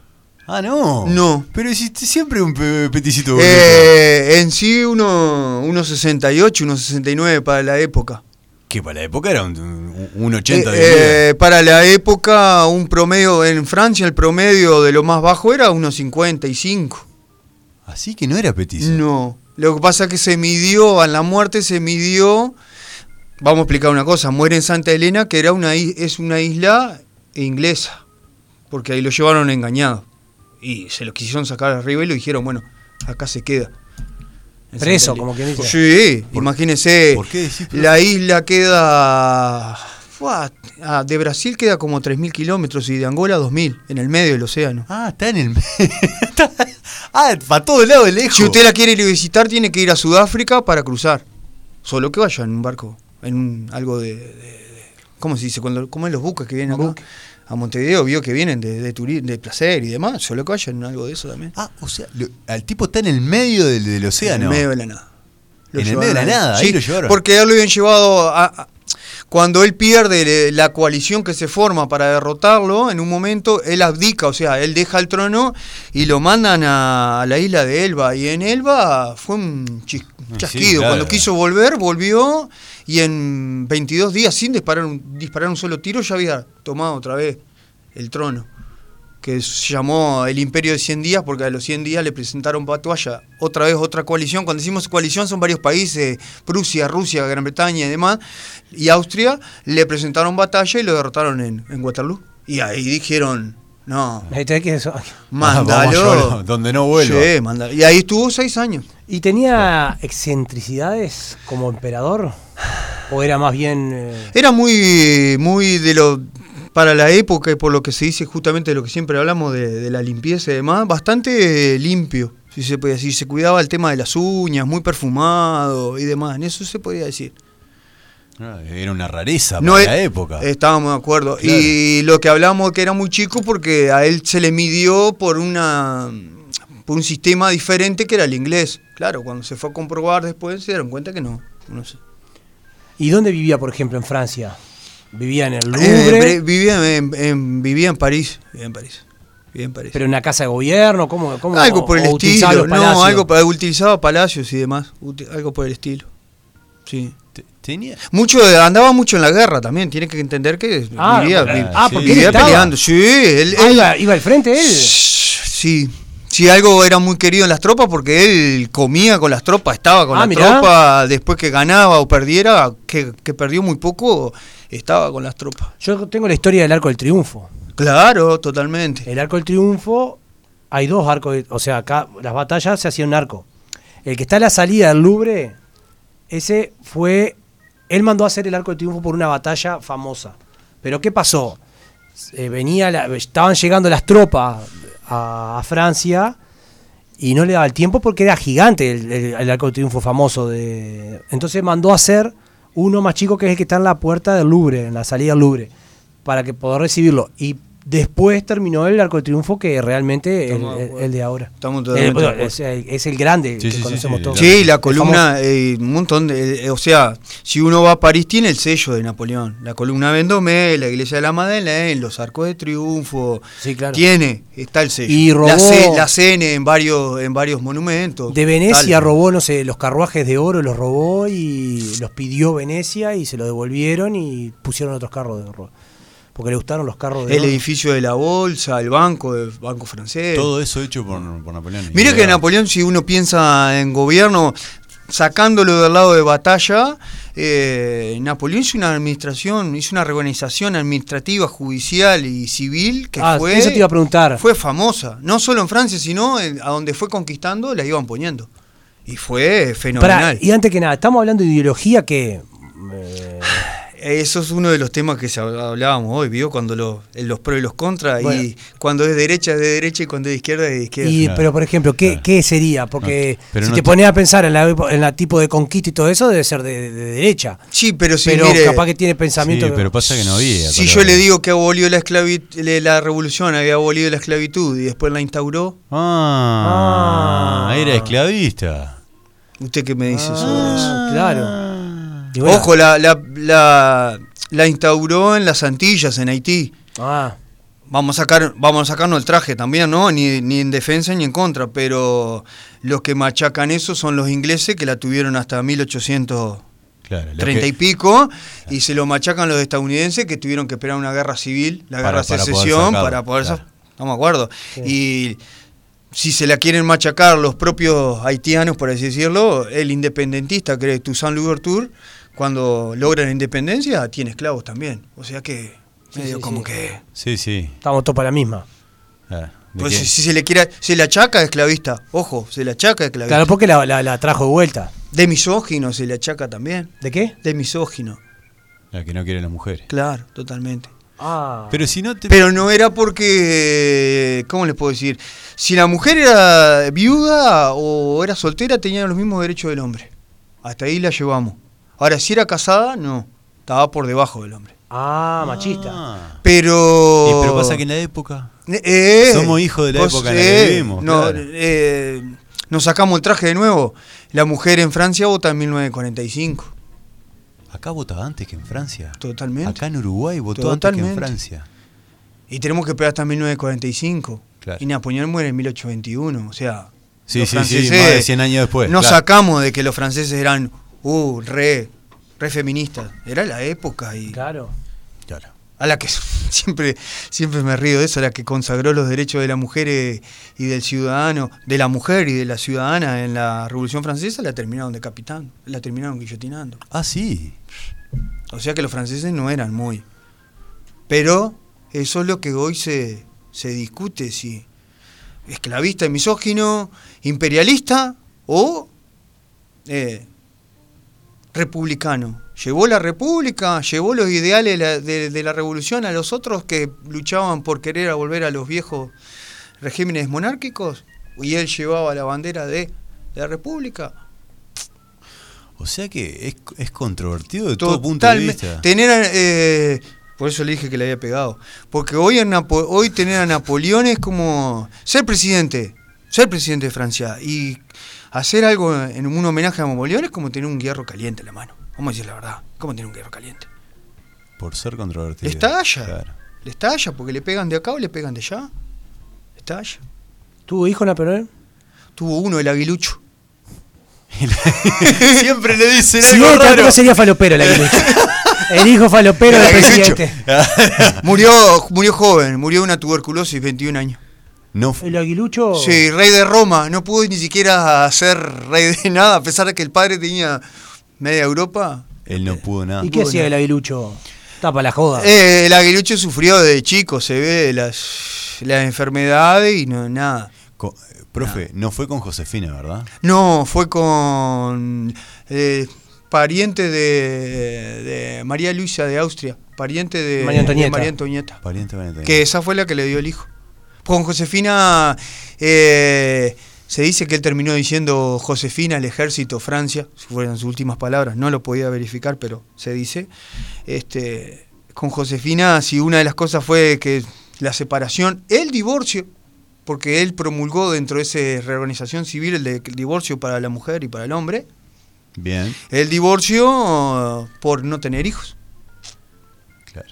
Ah, no. No. Pero hiciste siempre un pe- peticito, gordo. Eh, en sí, uno- 1,68, 1,69 para la época. que para la época era un, un- un 80 de Eh, media. eh, para la época, un promedio en Francia, el promedio de lo más bajo era 1,55. Así que no era petizo. No. Lo que pasa es que se midió, a la muerte se midió. Vamos a explicar una cosa. Muere en Santa Elena, que era una, is- es una isla inglesa. Porque ahí lo llevaron engañado. Y se lo quisieron sacar arriba y lo dijeron, bueno, acá se queda. En Preso, Santa Elena. como quien dice. Sí, imagínense. por qué decís preso? la isla queda. fuá, ah, de Brasil queda como 3.000 kilómetros y de Angola 2.000, en el medio del océano. Ah, está en el. está- ah, para todo el lado de lejos. Si usted la quiere ir a visitar, tiene que ir a Sudáfrica para cruzar. Solo que vaya en un barco, en un- algo de, de- de- ¿Cómo se dice? Cuando, ¿Cómo es los buques que vienen acá? A Montevideo vio que vienen de, de, turi- de placer y demás. Solo que vaya en algo de eso también. Ah, o sea, lo- el tipo está en el medio del, del en océano. el medio de la nada. En el llevaron medio de la ahí. nada, ahí lo llevaron. Porque a él lo habían llevado a- a- Cuando él pierde le- la coalición que se forma para derrotarlo, en un momento él abdica, o sea, él deja el trono y lo mandan a, a la isla de Elba. Y en Elba fue un chis- sí, chasquido. claro. Cuando quiso volver, volvió y en 22 días, sin disparar un, disparar un solo tiro, ya había tomado otra vez el trono que se llamó el Imperio de 100 Días, porque a los 100 días le presentaron patualla otra vez otra coalición. Cuando decimos coalición son varios países, Prusia, Rusia, Gran Bretaña y demás, y Austria, le presentaron batalla y lo derrotaron en, en Waterloo. Y ahí dijeron, no, Ahí tenés que eso. Ah, vamos a mándalo. llorar, donde no vuelva. Sí, mándalo. Y ahí estuvo seis años. ¿Y tenía excentricidades como emperador? ¿O era más bien... eh, Era muy, muy de lo para la época y por lo que se dice justamente de lo que siempre hablamos de, de la limpieza y demás, bastante eh, limpio, si se puede decir. Se cuidaba el tema de las uñas, muy perfumado y demás. En eso se podía decir. Ah, Era una rareza No para e- la época. Estábamos de acuerdo. Y lo que hablamos que era muy chico porque a él se le midió por una por un sistema diferente que era el inglés. Claro, cuando se fue a comprobar después se dieron cuenta que no. no sé. ¿Y dónde vivía, por ejemplo, en Francia? ¿Vivía en el Eh, Louvre? bre- vivía, en, en- vivía en París. Vivía en París. Vivía en París. ¿Pero en una casa de gobierno? ¿Cómo, cómo algo por el o utilizaba estilo. los palacios? No, algo pa- utilizaba palacios y demás. uti- algo por el estilo. Sí. Te- Tenía. Mucho, de- andaba mucho en la guerra también. Tiene que entender que Ah, vivía, porque- vi- ah, porque él vivía estaba. peleando. Sí, él, Ah, él- iba, iba al frente él? Sí. Sí, algo era muy querido en las tropas porque él comía con las tropas, estaba con Ah, las mirá. tropas, después que ganaba o perdiera, que, que perdió muy poco, estaba con las tropas. Yo tengo la historia del Arco del Triunfo. Claro, totalmente. El Arco del Triunfo, hay dos arcos, de- o sea, acá las batallas se hacían un arco. El que está a la salida del Louvre, ese fue, él mandó a hacer el Arco del Triunfo por una batalla famosa. Pero ¿qué pasó? Eh, venía la- estaban llegando las tropas a, a Francia y no le daba el tiempo porque era gigante el, el- el Arco del Triunfo famoso. De, entonces mandó a hacer uno más chico que es el que está en la puerta del Louvre, en la salida del Louvre, para que poder recibirlo. Y Después terminó el arco de triunfo que realmente el, Estamos de acuerdo. el de ahora. Eh, Estamos El- totalmente de acuerdo. es, el- es el grande Sí, que sí, sí, conocemos sí, todos. Sí, la El famoso- columna, eh, un montón de. eh, o sea, si uno va a París, tiene el sello de Napoleón. La columna Vendomé, la iglesia de la Madeleine, eh, los arcos de triunfo. Sí, claro. Tiene, está el sello. Y robó- la, C- la CN en varios, en varios monumentos. De Venecia tal. robó, no sé, los carruajes de oro los robó y los pidió Venecia y se los devolvieron y pusieron otros carros de oro. Porque le gustaron los carros de El oro. edificio de la bolsa, el banco, el banco francés. Todo eso hecho por, por Napoleón. Mire que Ideado. Napoleón, si uno piensa en gobierno, sacándolo del lado de batalla, eh, Napoleón hizo una administración, hizo una reorganización administrativa, judicial y civil que Ah, fue, eso te iba a preguntar. fue famosa. No solo en Francia, sino en- a donde fue conquistando, la iban poniendo. Y fue Pará, fenomenal. y antes que nada, estamos hablando de ideología que. Eso es uno de los temas que se hablábamos hoy, ¿vio? Cuando los, los pros y los contras, Bueno. y cuando es derecha es de derecha y cuando es izquierda es de izquierda. y- Claro. Pero, por ejemplo, ¿qué, Claro. qué sería? Porque No, pero si no te te- pones a pensar en la, epo- en la tipo de conquista y todo eso, debe ser de, de derecha. sí, pero si pero mire, capaz que tiene Sí, pensamiento. que- pero pasa que no había. Si color. yo le digo que abolió la esclavitud, la revolución había abolido la esclavitud y después la instauró, Ah, Ah. era esclavista. ¿usted qué me dice sobre eso? Ah, claro. Y bueno, Ojo, la, la, la, la instauró en las Antillas, en Haití. Ah, Vamos a, sacar, vamos a sacarnos el traje también, ¿no? Ni, ni en defensa ni en contra, pero los que machacan eso son los ingleses que la tuvieron hasta 1830 Claro. los que- y pico, y se lo machacan los estadounidenses que tuvieron que esperar una guerra civil, la Para- guerra para poder secesión, sacarlo, para poder... claro. No me acuerdo. Y si se la quieren machacar los propios haitianos, por así decirlo, el independentista que es Toussaint Louverture, cuando logra la independencia, tiene esclavos también. O sea que, Sí, medio sí, como sí. que... Sí, sí. estamos todos para la misma. Ah, ¿de Pues qué? si, si se le quiere, se le achaca de esclavista, ojo, se le achaca de esclavista. Claro, porque la, la- la trajo de vuelta. De misógino se le achaca también. ¿De qué? De misógino, La que no quieren las mujeres. claro, totalmente. Ah. Pero si no te. Pero no era porque, ¿cómo les puedo decir? Si la mujer era viuda o era soltera, tenían los mismos derechos del hombre. Hasta ahí la llevamos. Ahora, si era casada, no, estaba por debajo del hombre. Ah, machista. Ah. Pero... Y pero pasa que en la época. Eh, Somos hijos de la vos, época en la que eh, vivimos, no, claro. eh, nos sacamos el traje de nuevo. La mujer en Francia vota en 1945. Acá votaba antes que en Francia. Totalmente. Acá en Uruguay votó antes que Totalmente. en Francia. Y tenemos que esperar hasta 1945. Claro. Y Napoleón muere en 1821. O sea, Sí, los sí, sí, franceses más de 100 años después, Nos claro. sacamos de que los franceses eran, uh, re, re feministas. Era la época y Claro. Claro. a la que siempre, siempre me río de eso, a la que consagró los derechos de la mujer eh, y del ciudadano, de la mujer y de la ciudadana en la Revolución Francesa, la terminaron decapitando, la terminaron guillotinando. Ah, sí. O sea que los franceses no eran muy. Pero eso es lo que hoy se, se discute, si esclavista y misógino, imperialista o eh, republicano. Llevó la república, llevó los ideales de la, de- de la revolución a los otros que luchaban por querer a volver a los viejos regímenes monárquicos y él llevaba la bandera de la república. O sea que es, es controvertido de todo punto de Totalmente. vista. Tener a- eh, por eso le dije que le había pegado. Porque hoy, a Napo- hoy tener a Napoleón es como ser presidente, ser presidente de Francia. Y hacer algo en un homenaje a Napoleón es como tener un hierro caliente en la mano. Vamos a decir la verdad, como tener un hierro caliente. Por ser controvertido. Le estalla. Claro. Le estalla porque le pegan de acá o le pegan de allá. Le estalla. ¿Tuvo hijo Napoleón? Tuvo uno, el aguilucho. Siempre le dicen Si no, tampoco sería falopero el aguilucho. El hijo falopero del El aguilucho. presidente. murió, murió joven, murió de una tuberculosis, 21 años. No, f- El aguilucho. Sí, rey de Roma. No pudo ni siquiera ser rey de nada, a pesar de que el padre tenía media Europa. él no pudo nada. ¿Y qué hacía el aguilucho? Tapa la joda. Eh, el aguilucho sufrió de chico, se ve, las, las enfermedades y no, nada. Co- eh, Ah. profe, no fue con Josefina, ¿verdad? No, fue con eh, pariente de, de María Luisa de Austria, pariente de María Antonieta. de María Antonieta. Pariente Valentina. Que esa fue la que le dio el hijo. Con Josefina eh, se dice que él terminó diciendo Josefina al ejército Francia, si fueron sus últimas palabras, no lo podía verificar, pero se dice. Este, con Josefina, si una de las cosas fue que la separación, el divorcio, porque él promulgó dentro de esa reorganización civil el, de- el divorcio para la mujer y para el hombre, Bien, el divorcio por no tener hijos. claro.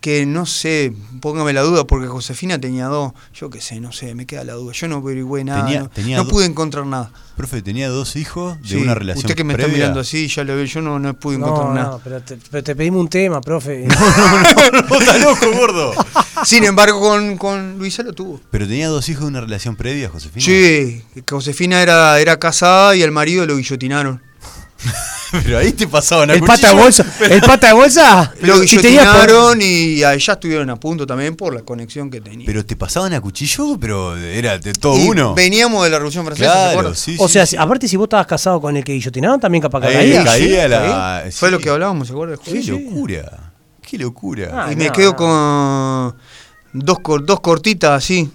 que no sé, póngame la duda, porque Josefina tenía dos, yo qué sé, no sé, me queda la duda, yo no averigüé nada, Tenía- no, tenía no do- pude encontrar nada. Profe, tenía dos hijos de Sí, una relación usted que me está previa. mirando así, ya lo veo, yo no, no pude encontrar No, no, nada. pero te, pero te pedimos un tema, profe. ¡No, está loco, gordo! Sin embargo, con, con Luisa lo tuvo. Pero tenía dos hijos de una relación previa, Josefina. Sí, que Josefina era, era casada y al marido lo guillotinaron. Pero ahí te pasaban a el pata de cuchillo. bolsa. El pata de bolsa. Lo y tenías por- guillotinaron y a ella estuvieron a punto también por la conexión que tenía. Pero te pasaban a cuchillo, pero era de todo Y uno. Veníamos de la Revolución Francesa, ¿se Claro, acuerda? sí, o sí, sea, si- sí. aparte si vos estabas casado con el que guillotinaron, también capaz que Ahí caía. Sí, caía sí, la- ahí. sí. Fue lo que hablábamos, ¿se acuerda? ¡Qué locura! ¡Qué locura! Ah, y me no, quedo no. con dos, cor- dos cortitas así.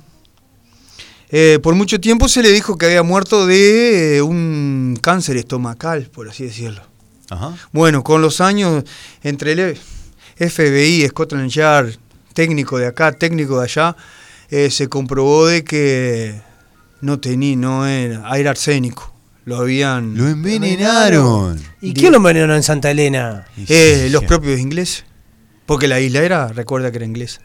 Eh, por mucho tiempo se le dijo que había muerto de eh, un cáncer estomacal, por así decirlo. Ajá. Bueno, con los años, entre el FBI, Scotland Yard, técnico de acá, técnico de allá, eh, se comprobó de que no tenía, no era, era arsénico. Lo habían... Lo envenenaron. ¿Y quién lo envenenó en Santa Elena? eh, los Sí. propios ingleses. Porque la isla era, recuerda que era inglesa.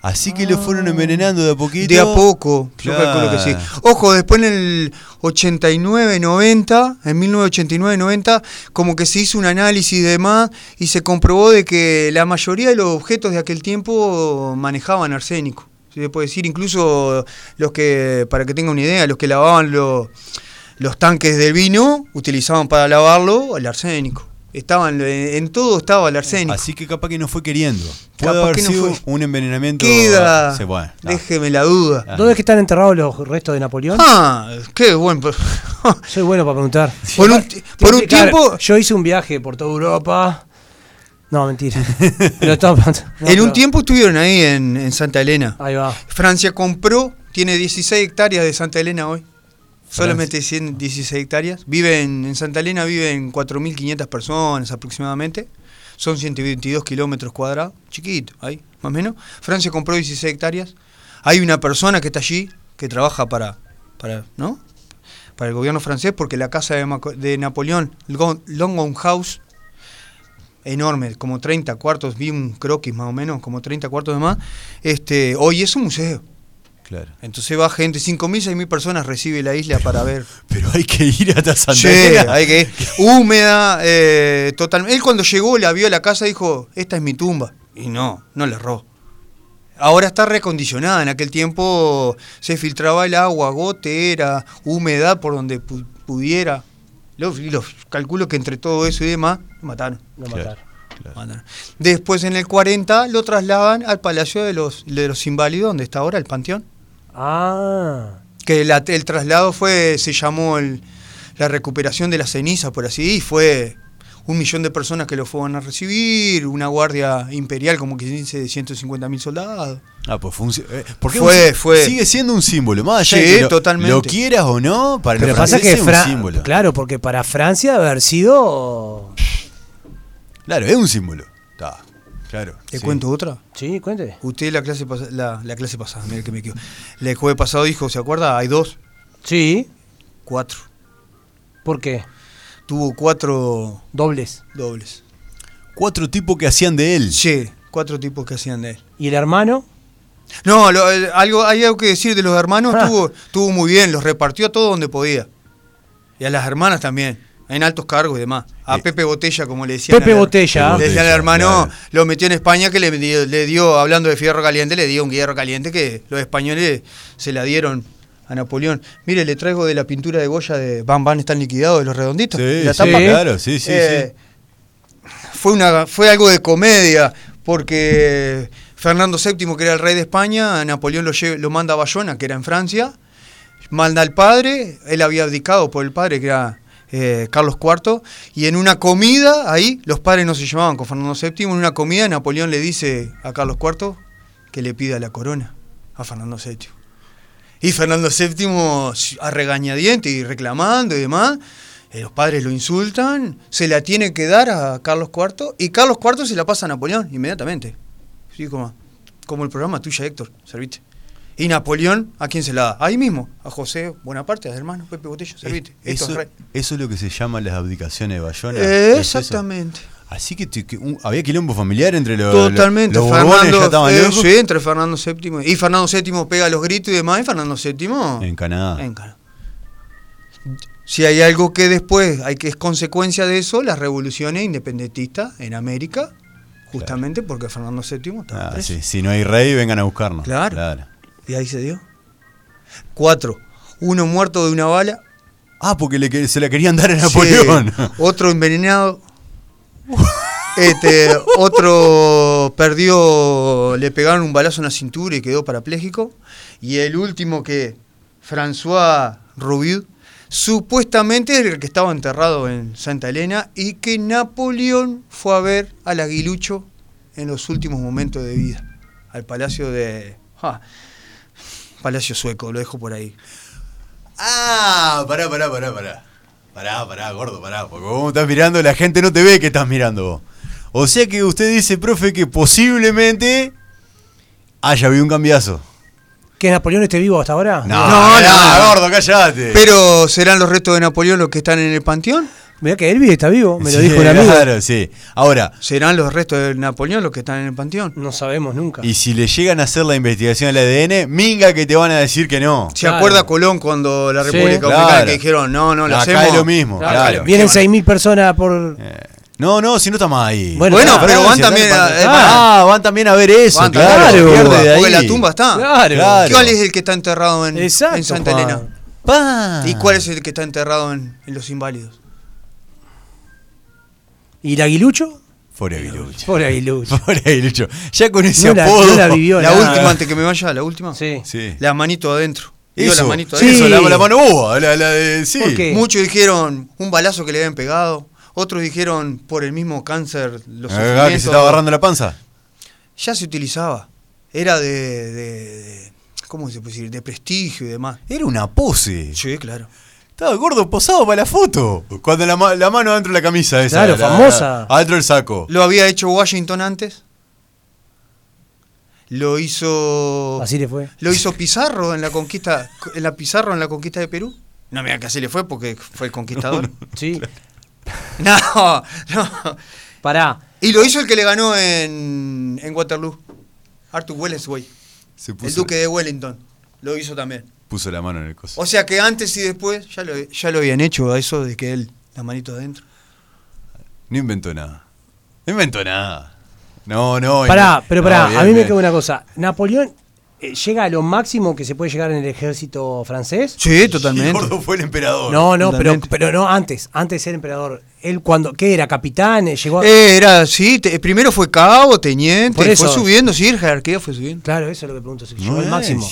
Así que lo fueron envenenando de a poquito. Ah. De a poco, yo calculo que sí. Claro. Ojo, después en el 89-90, en 1989-90, como que se hizo un análisis y demás, y se comprobó de que la mayoría de los objetos de aquel tiempo manejaban arsénico. Se puede decir, incluso los que, para que tengan una idea, los que lavaban los, los tanques del vino, utilizaban para lavarlo el arsénico. Estaban, en todo estaba el arsénico. Así que capaz que no fue queriendo. Puede Capaz haber que no sido fue. un envenenamiento. Queda, Sí, bueno, está. déjeme la duda. Ah. ¿Dónde es que están enterrados los restos de Napoleón? Ah, qué buen. pe- Soy bueno para preguntar. Por un, ti- por Te voy un a explicar, tiempo, Yo hice un viaje por toda Europa. No, mentira. Pero estaba- no, en un pero- tiempo estuvieron ahí en, en Santa Elena. Ahí va. Francia compró, tiene 16 hectáreas de Santa Elena hoy. Solamente 100 16 hectáreas. Viven en Santa Elena viven 4.500 personas aproximadamente. Son 122 kilómetros cuadrados. Chiquito, ahí, más o menos. Francia compró 16 hectáreas. Hay una persona que está allí, que trabaja para, para ¿no? para el gobierno francés porque la casa de, Maco- de Napoleón, Lon- Longhouse, House, enorme, como 30 cuartos, vi un croquis más o menos, como 30 cuartos de más, este, hoy es un museo. Claro. Entonces va gente, 5.000, 6.000 personas recibe la isla para ver. Pero hay que ir hasta Santa Che, Elena. hay que húmeda, eh, total. Él cuando llegó, la vio a la casa, dijo, esta es mi tumba. Y no, no le erró. Ahora está recondicionada. En aquel tiempo se filtraba el agua, gotera, humedad por donde pu- pudiera. Los, y los calculo que entre todo eso y demás, lo mataron. No Claro. matar. lo mataron. Después en el 40 lo trasladan al Palacio de los, de los Inválidos, donde está ahora el Panteón Ah. que la- el traslado fue se llamó el- la recuperación de la ceniza por así y fue un millón de personas que lo fueron a recibir una guardia imperial como que dice de 150 mil soldados Ah, pues fue un sí- eh, porque Fue, es un sí- fue. Sigue siendo un símbolo, más allá de Sí, que lo, totalmente. lo quieras o no, para Pero los pasa que franceses es Fra- un símbolo. Claro. Claro, porque para Francia debe haber sido. es un símbolo. Está, claro. te sí. cuento otra Sí, cuente. usted la clase pas- la, la clase pasada mira que me equivoco el jueves pasado dijo se acuerda hay dos Sí. cuatro ¿Por qué? tuvo cuatro Dobles. dobles Cuatro tipos que hacían de él. sí cuatro tipos que hacían de él ¿Y el hermano? no lo- el- algo hay algo que decir de los hermanos Ah. tuvo tuvo muy bien los repartió a todo donde podía y a las hermanas también, en altos cargos y demás. A Eh, Pepe Botella, como le decían. Pepe al- Botella. Le decían al Botella, hermano, claro. lo metió en España, que le dio, le dio, hablando de fierro caliente, le dio un hierro caliente que los españoles se la dieron a Napoleón. Mire, le traigo de la pintura de Goya de Van Van, están liquidados de los redonditos. Sí, de la sí, tapa. claro, sí, sí, Eh, Fue, una, fue algo de comedia, porque Fernando VII, que era el rey de España, a Napoleón lo, lle- lo manda a Bayona, que era en Francia, manda al padre, él había abdicado por el padre, que era eh, Carlos IV, y en una comida, ahí, los padres no se llevaban con Fernando VII, en una comida Napoleón le dice a Carlos IV que le pida la corona a Fernando VII. Y Fernando VII a regañadiente y reclamando y demás, eh, los padres lo insultan, se la tiene que dar a Carlos IV, y Carlos IV se la pasa a Napoleón inmediatamente. Sí, como, Como el programa tuyo, Héctor, servite. Y Napoleón, ¿a quién se la da? Ahí mismo, a José Bonaparte, a hermano Pepe Botello, servite. Esto es Eso, rey. eso es lo que se llama las abdicaciones de Bayona. Eh, ¿Es eso? Exactamente. Así que, te- que un- había quilombo familiar entre los. Totalmente, Los, los borbones ya Fernando. estaban eh, lejos. sí, entre Fernando VII. Y Fernando VII pega los gritos y demás. Y Fernando VII. En Canadá. Ah, en Canadá. Ah. Si hay algo que después hay que es consecuencia de eso, las revoluciones independentistas en América, justamente porque Fernando VII estaba Ah, preso. sí, Si no hay rey, vengan a buscarnos. Claro. Y ahí se dio. Cuatro. Uno muerto de una bala. Ah, porque le que- se la querían dar a Napoleón. Sí. Otro envenenado. Este, otro perdió, le pegaron un balazo en la cintura y quedó parapléjico. Y el último que, François Roubaud, supuestamente era el que estaba enterrado en Santa Elena y que Napoleón fue a ver al aguilucho en los últimos momentos de vida, al palacio de... ja, palacio sueco, lo dejo por ahí. Ah, pará, pará, pará, pará. Pará, pará, gordo, pará. Porque vos me estás mirando, la gente no te ve que estás mirando vos. O sea que usted dice, profe, que posiblemente haya habido un cambiazo. ¿Que Napoleón esté vivo hasta ahora? No, no. gordo, callate. Pero, ¿serán los restos de Napoleón los que están en el panteón? Mirá que Elvis está vivo, me lo Sí, dijo un amigo. Claro, sí. Ahora, ¿Serán los restos de Napoleón los que están en el panteón? No sabemos nunca. y si le llegan a hacer la investigación al ADN, minga que te van a decir que no. ¿Se Claro. acuerda Colón cuando la Sí. República Dominicana Claro. que dijeron, no, no, lo Acá hacemos? es lo mismo, Claro, claro. bien. Vienen 6.000 personas por... No, no, si no estamos ahí. Bueno, Bueno, pará, pero Pará, van si también están a... en eh, pantalla. pará, Ah, van también a ver eso, van claro. también, claro, pierde de porque ahí. la tumba está. Claro. Claro. ¿Cuál es el que está enterrado en, en Exacto, Santa Juan. Elena? Pa. ¿Y cuál es el que está enterrado en, en Los Inválidos? ¿Y el aguilucho? Pobre Aguilucho. Por aguilucho. Pobre Aguilucho. Ya con ese No la- apodo. no la vivió, la nada. última, antes que me vaya, la última. Sí. Sí. La manito adentro. Digo, Eso, la manito sí, adentro. eso, la, la mano boba, la, la de- sí. ¿eh? ¿Por qué? Muchos dijeron un balazo que le habían pegado. Otros dijeron por el mismo cáncer los Ah, que sufrimientos. se estaba agarrando la panza. Ya se utilizaba. Era de, de- de- ¿Cómo se puede decir? De prestigio y demás. Era una pose. Sí, claro. Estaba gordo posado para la foto. Cuando la, ma- la mano adentro de la camisa esa. Claro, la- la- famosa. Adentro del saco. Lo había hecho Washington antes. Lo hizo. Así le fue. Lo hizo Pizarro en la conquista. En la Pizarro en la conquista de Perú. No, mira que así le fue porque fue el conquistador. Sí. No, no. Pará. Y lo hizo el que le ganó en, en Waterloo. Arthur Wellesley. Se El puso, duque de Wellington. Lo hizo también. puso la mano en el coso. O sea que antes y después ya lo, ya lo habían hecho a eso de que él, la manito adentro. No inventó nada. No inventó nada. No, no. Pará, no. pero No, pará. bien, a mí me bien. queda una cosa. Napoleón eh, llega a lo máximo que se puede llegar en el ejército francés. Sí, El gordo fue el emperador. No, no, pero, Totalmente. pero no antes, antes de ser emperador. Él cuando, ¿qué era? Capitán, Eh, llegó a- era, sí, te- primero fue cabo, teniente, Por fue eso. subiendo, sí, la jerarquía fue subiendo. Claro, eso es lo que pregunto, si llegó No, al eh, máximo.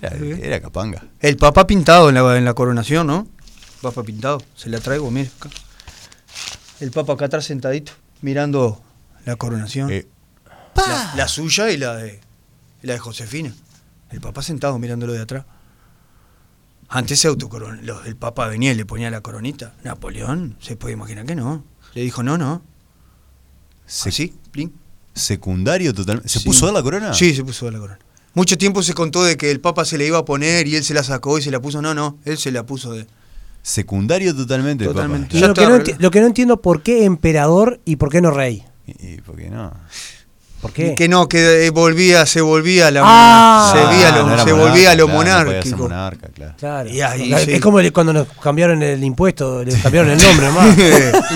Era, era capanga. El papá pintado en la, en la coronación, ¿no? Papá pintado, se la traigo, mira acá. El papa acá atrás sentadito, mirando la coronación. Eh, Ah. la, la suya y la de y la de Josefina. El papá sentado mirándolo de atrás. Antes se autocoron- los- el papá venía y le ponía la coronita. Napoleón, se puede imaginar que no. Le dijo, no, no. ¿Ah, se- Así, plin. Secundario totalmente. ¿Se Sí. puso a dar la corona? Sí, se puso la corona. Mucho tiempo se contó de que el papa se le iba a poner y él se la sacó y se la puso. No, no, él se la puso de... Secundario totalmente. el Papa. Totalmente. Y Ya lo, que está, no arreglado. enti- lo que no entiendo, ¿por qué emperador y por qué no rey? Y, y por qué no. ¿Por qué? Y Que no, que eh, volvía, se volvía la... Ah. se, vía Ah, lo- no era se volvía a lo claro, no podía ser monárquico. monarca, claro. Claro. Y ahí, La- sí. Es como le- cuando nos cambiaron el impuesto, le cambiaron el nombre, nomás.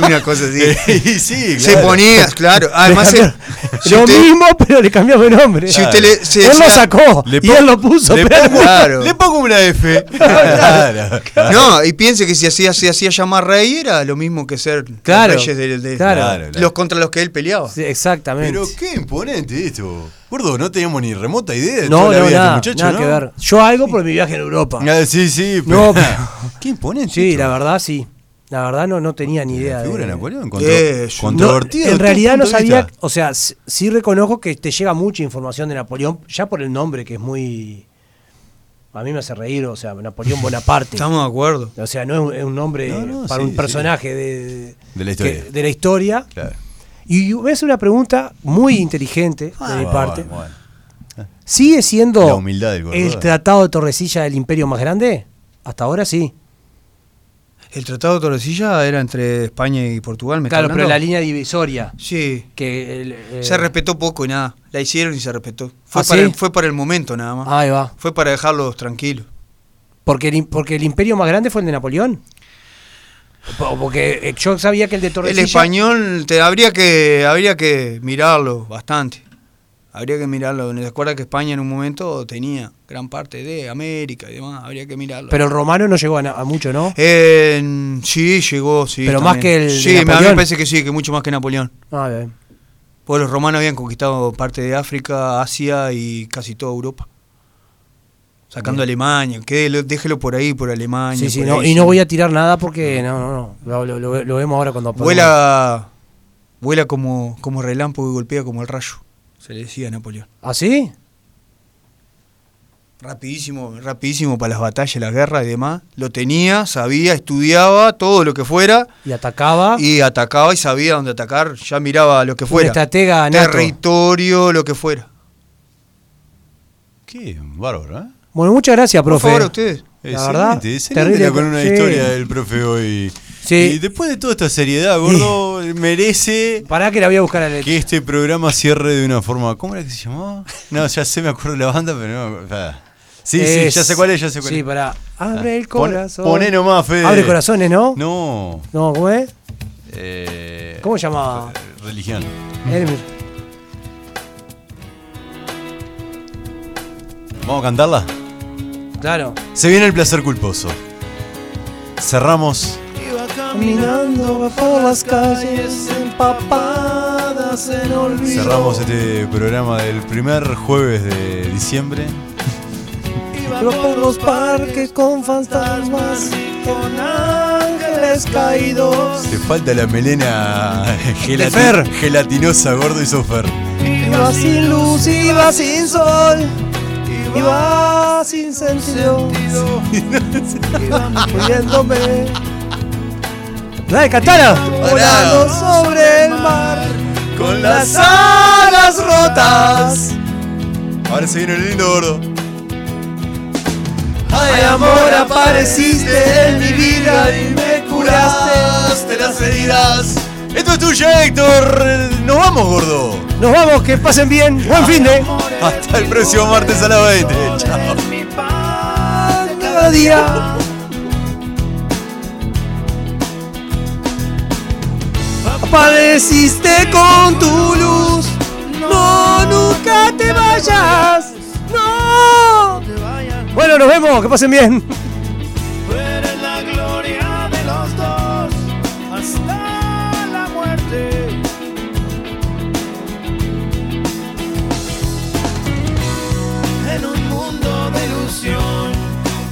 Una cosa así. y sí, Se claro. ponía, claro. Además, Le se- cambiaron- si lo usted- mismo, pero le cambiamos el nombre. Si usted le, se- él lo se- sacó Le y pon- él lo puso, le pero pongo- Claro. Le pongo una F. claro. No, y piense que si hacía, se hacía llamar rey era lo mismo que ser Claro, los reyes de, de- claro. Claro, claro. los contra los que él peleaba. Sí, exactamente. Pero qué imponente esto. Gordo, no teníamos ni remota idea de no, toda la no, vida nada, de este muchacho, nada ¿no? que ver. Yo algo por mi viaje en Europa. Ah, sí, sí. No, pero- qué imponente. Sí, esto. la verdad sí. La verdad no, no tenía ni idea. de- figura de Napoleón. Contro Eh, yo- controvertido. No, en desde realidad todo no punto de sabía, vista. o sea, s- sí reconozco que te llega mucha información de Napoleón, ya por el nombre que es muy... A mí me hace reír, o sea, Napoleón Bonaparte. Estamos de acuerdo. O sea, no es un, es un nombre No, no, para sí, un sí. personaje de, De la historia. que- de la historia. Claro. Y es una pregunta muy inteligente de mi Ah, Bueno, parte. bueno, bueno. ¿Sigue siendo La humildad del gordo. el tratado de Torrecilla del imperio más grande? Hasta ahora sí. El Tratado de Torrecilla era entre España y Portugal, me está Claro, pero la hablando? línea divisoria. Sí. Que el, eh, Se respetó poco y nada. La hicieron y se respetó. Fue, ¿Ah, para, sí? Ah. el, fue para el momento nada más. Ahí va. Fue para dejarlos tranquilos. Porque el, im- porque el imperio más grande fue el de Napoleón. Po- Porque eh, yo sabía que el de El Torrecilla. español te, habría que habría que mirarlo bastante. Habría que mirarlo. ¿Te acuerdas que España en un momento tenía gran parte de América y demás? Habría que mirarlo. Pero el romano no llegó a, na- a mucho, ¿no? Eh, sí, llegó, sí. Pero más que el de Sí, me- a mí me Napoleón. parece que sí, que mucho más que Napoleón. Ah, bien. Porque los romanos habían conquistado parte de África, Asia y casi toda Europa. Sacando Alemania, que lo- déjelo por ahí, por Alemania. Sí, sí, por no, ahí, y no sí. voy a tirar nada porque no, no, no. Lo, lo- lo- lo vemos ahora cuando Vuela, vuela como, como relámpago y golpea como el rayo, se le decía a Napoleón. ¿Ah, sí? Rapidísimo, rapidísimo para las batallas, las guerras y demás. Lo tenía, sabía, estudiaba todo lo que fuera Y atacaba. y atacaba y sabía dónde atacar, ya miraba lo que fuera. estratega nato. territorio, lo que fuera. Qué bárbaro, ¿eh? Bueno, muchas gracias, Por profe. favor, a ustedes. La verdad, excelente terrible la- con una sí. historia del profe hoy. Sí. Y después de toda esta seriedad, gordo, merece Pará que la voy a buscar a la que este programa cierre de una forma. ¿Cómo era que se llamaba? No, ya sé, me acuerdo la banda, pero no. me acuerdo. Ah. Sí, sí, ya sé cuál es, ya sé cuál Sí, es. pará. Abre el Pon- corazón. Poné nomás, Fede. Abre corazones, ¿no? No. No, ¿cómo es? eh, ¿Cómo se llamaba? Religión. Hermes. ¿Vamos a cantarla? Claro. Se viene el placer culposo. Cerramos. Caminando por las calles empapadas en olvido. Cerramos este programa del primer jueves de diciembre. por los parques con fantasmas y con ángeles caídos. Te falta la melena gelati- Fer. gelatinosa, gordo y sofer. Iba sin luz, iba sin sol, iba sin sentido, iba muriéndome. ¡La de Catana! Volando sobre el mar, Con las alas rotas. Ahora se viene el lindo gordo. Ay, amor, apareciste en mi vida y me curaste las heridas. Esto es tuyo, Héctor. Nos vamos, gordo. Nos vamos, que pasen bien. Buen fin de. Hasta el próximo martes a las 20. Chao. Cada día. Apareciste con tu luz. No, nunca te vayas. No. Bueno, nos vemos. Que pasen bien. eres la gloria de los dos hasta la muerte. En un mundo de ilusión,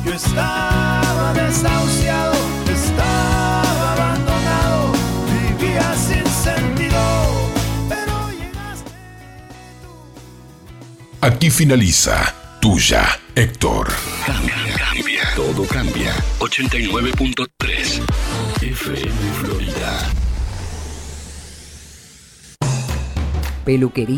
yo estaba desahuciado, estaba abandonado, vivía sin sentido, pero llegaste tú. Aquí finaliza Tuya, Héctor. Cambia. Todo cambia. 89.3 FM Florida. Peluquería.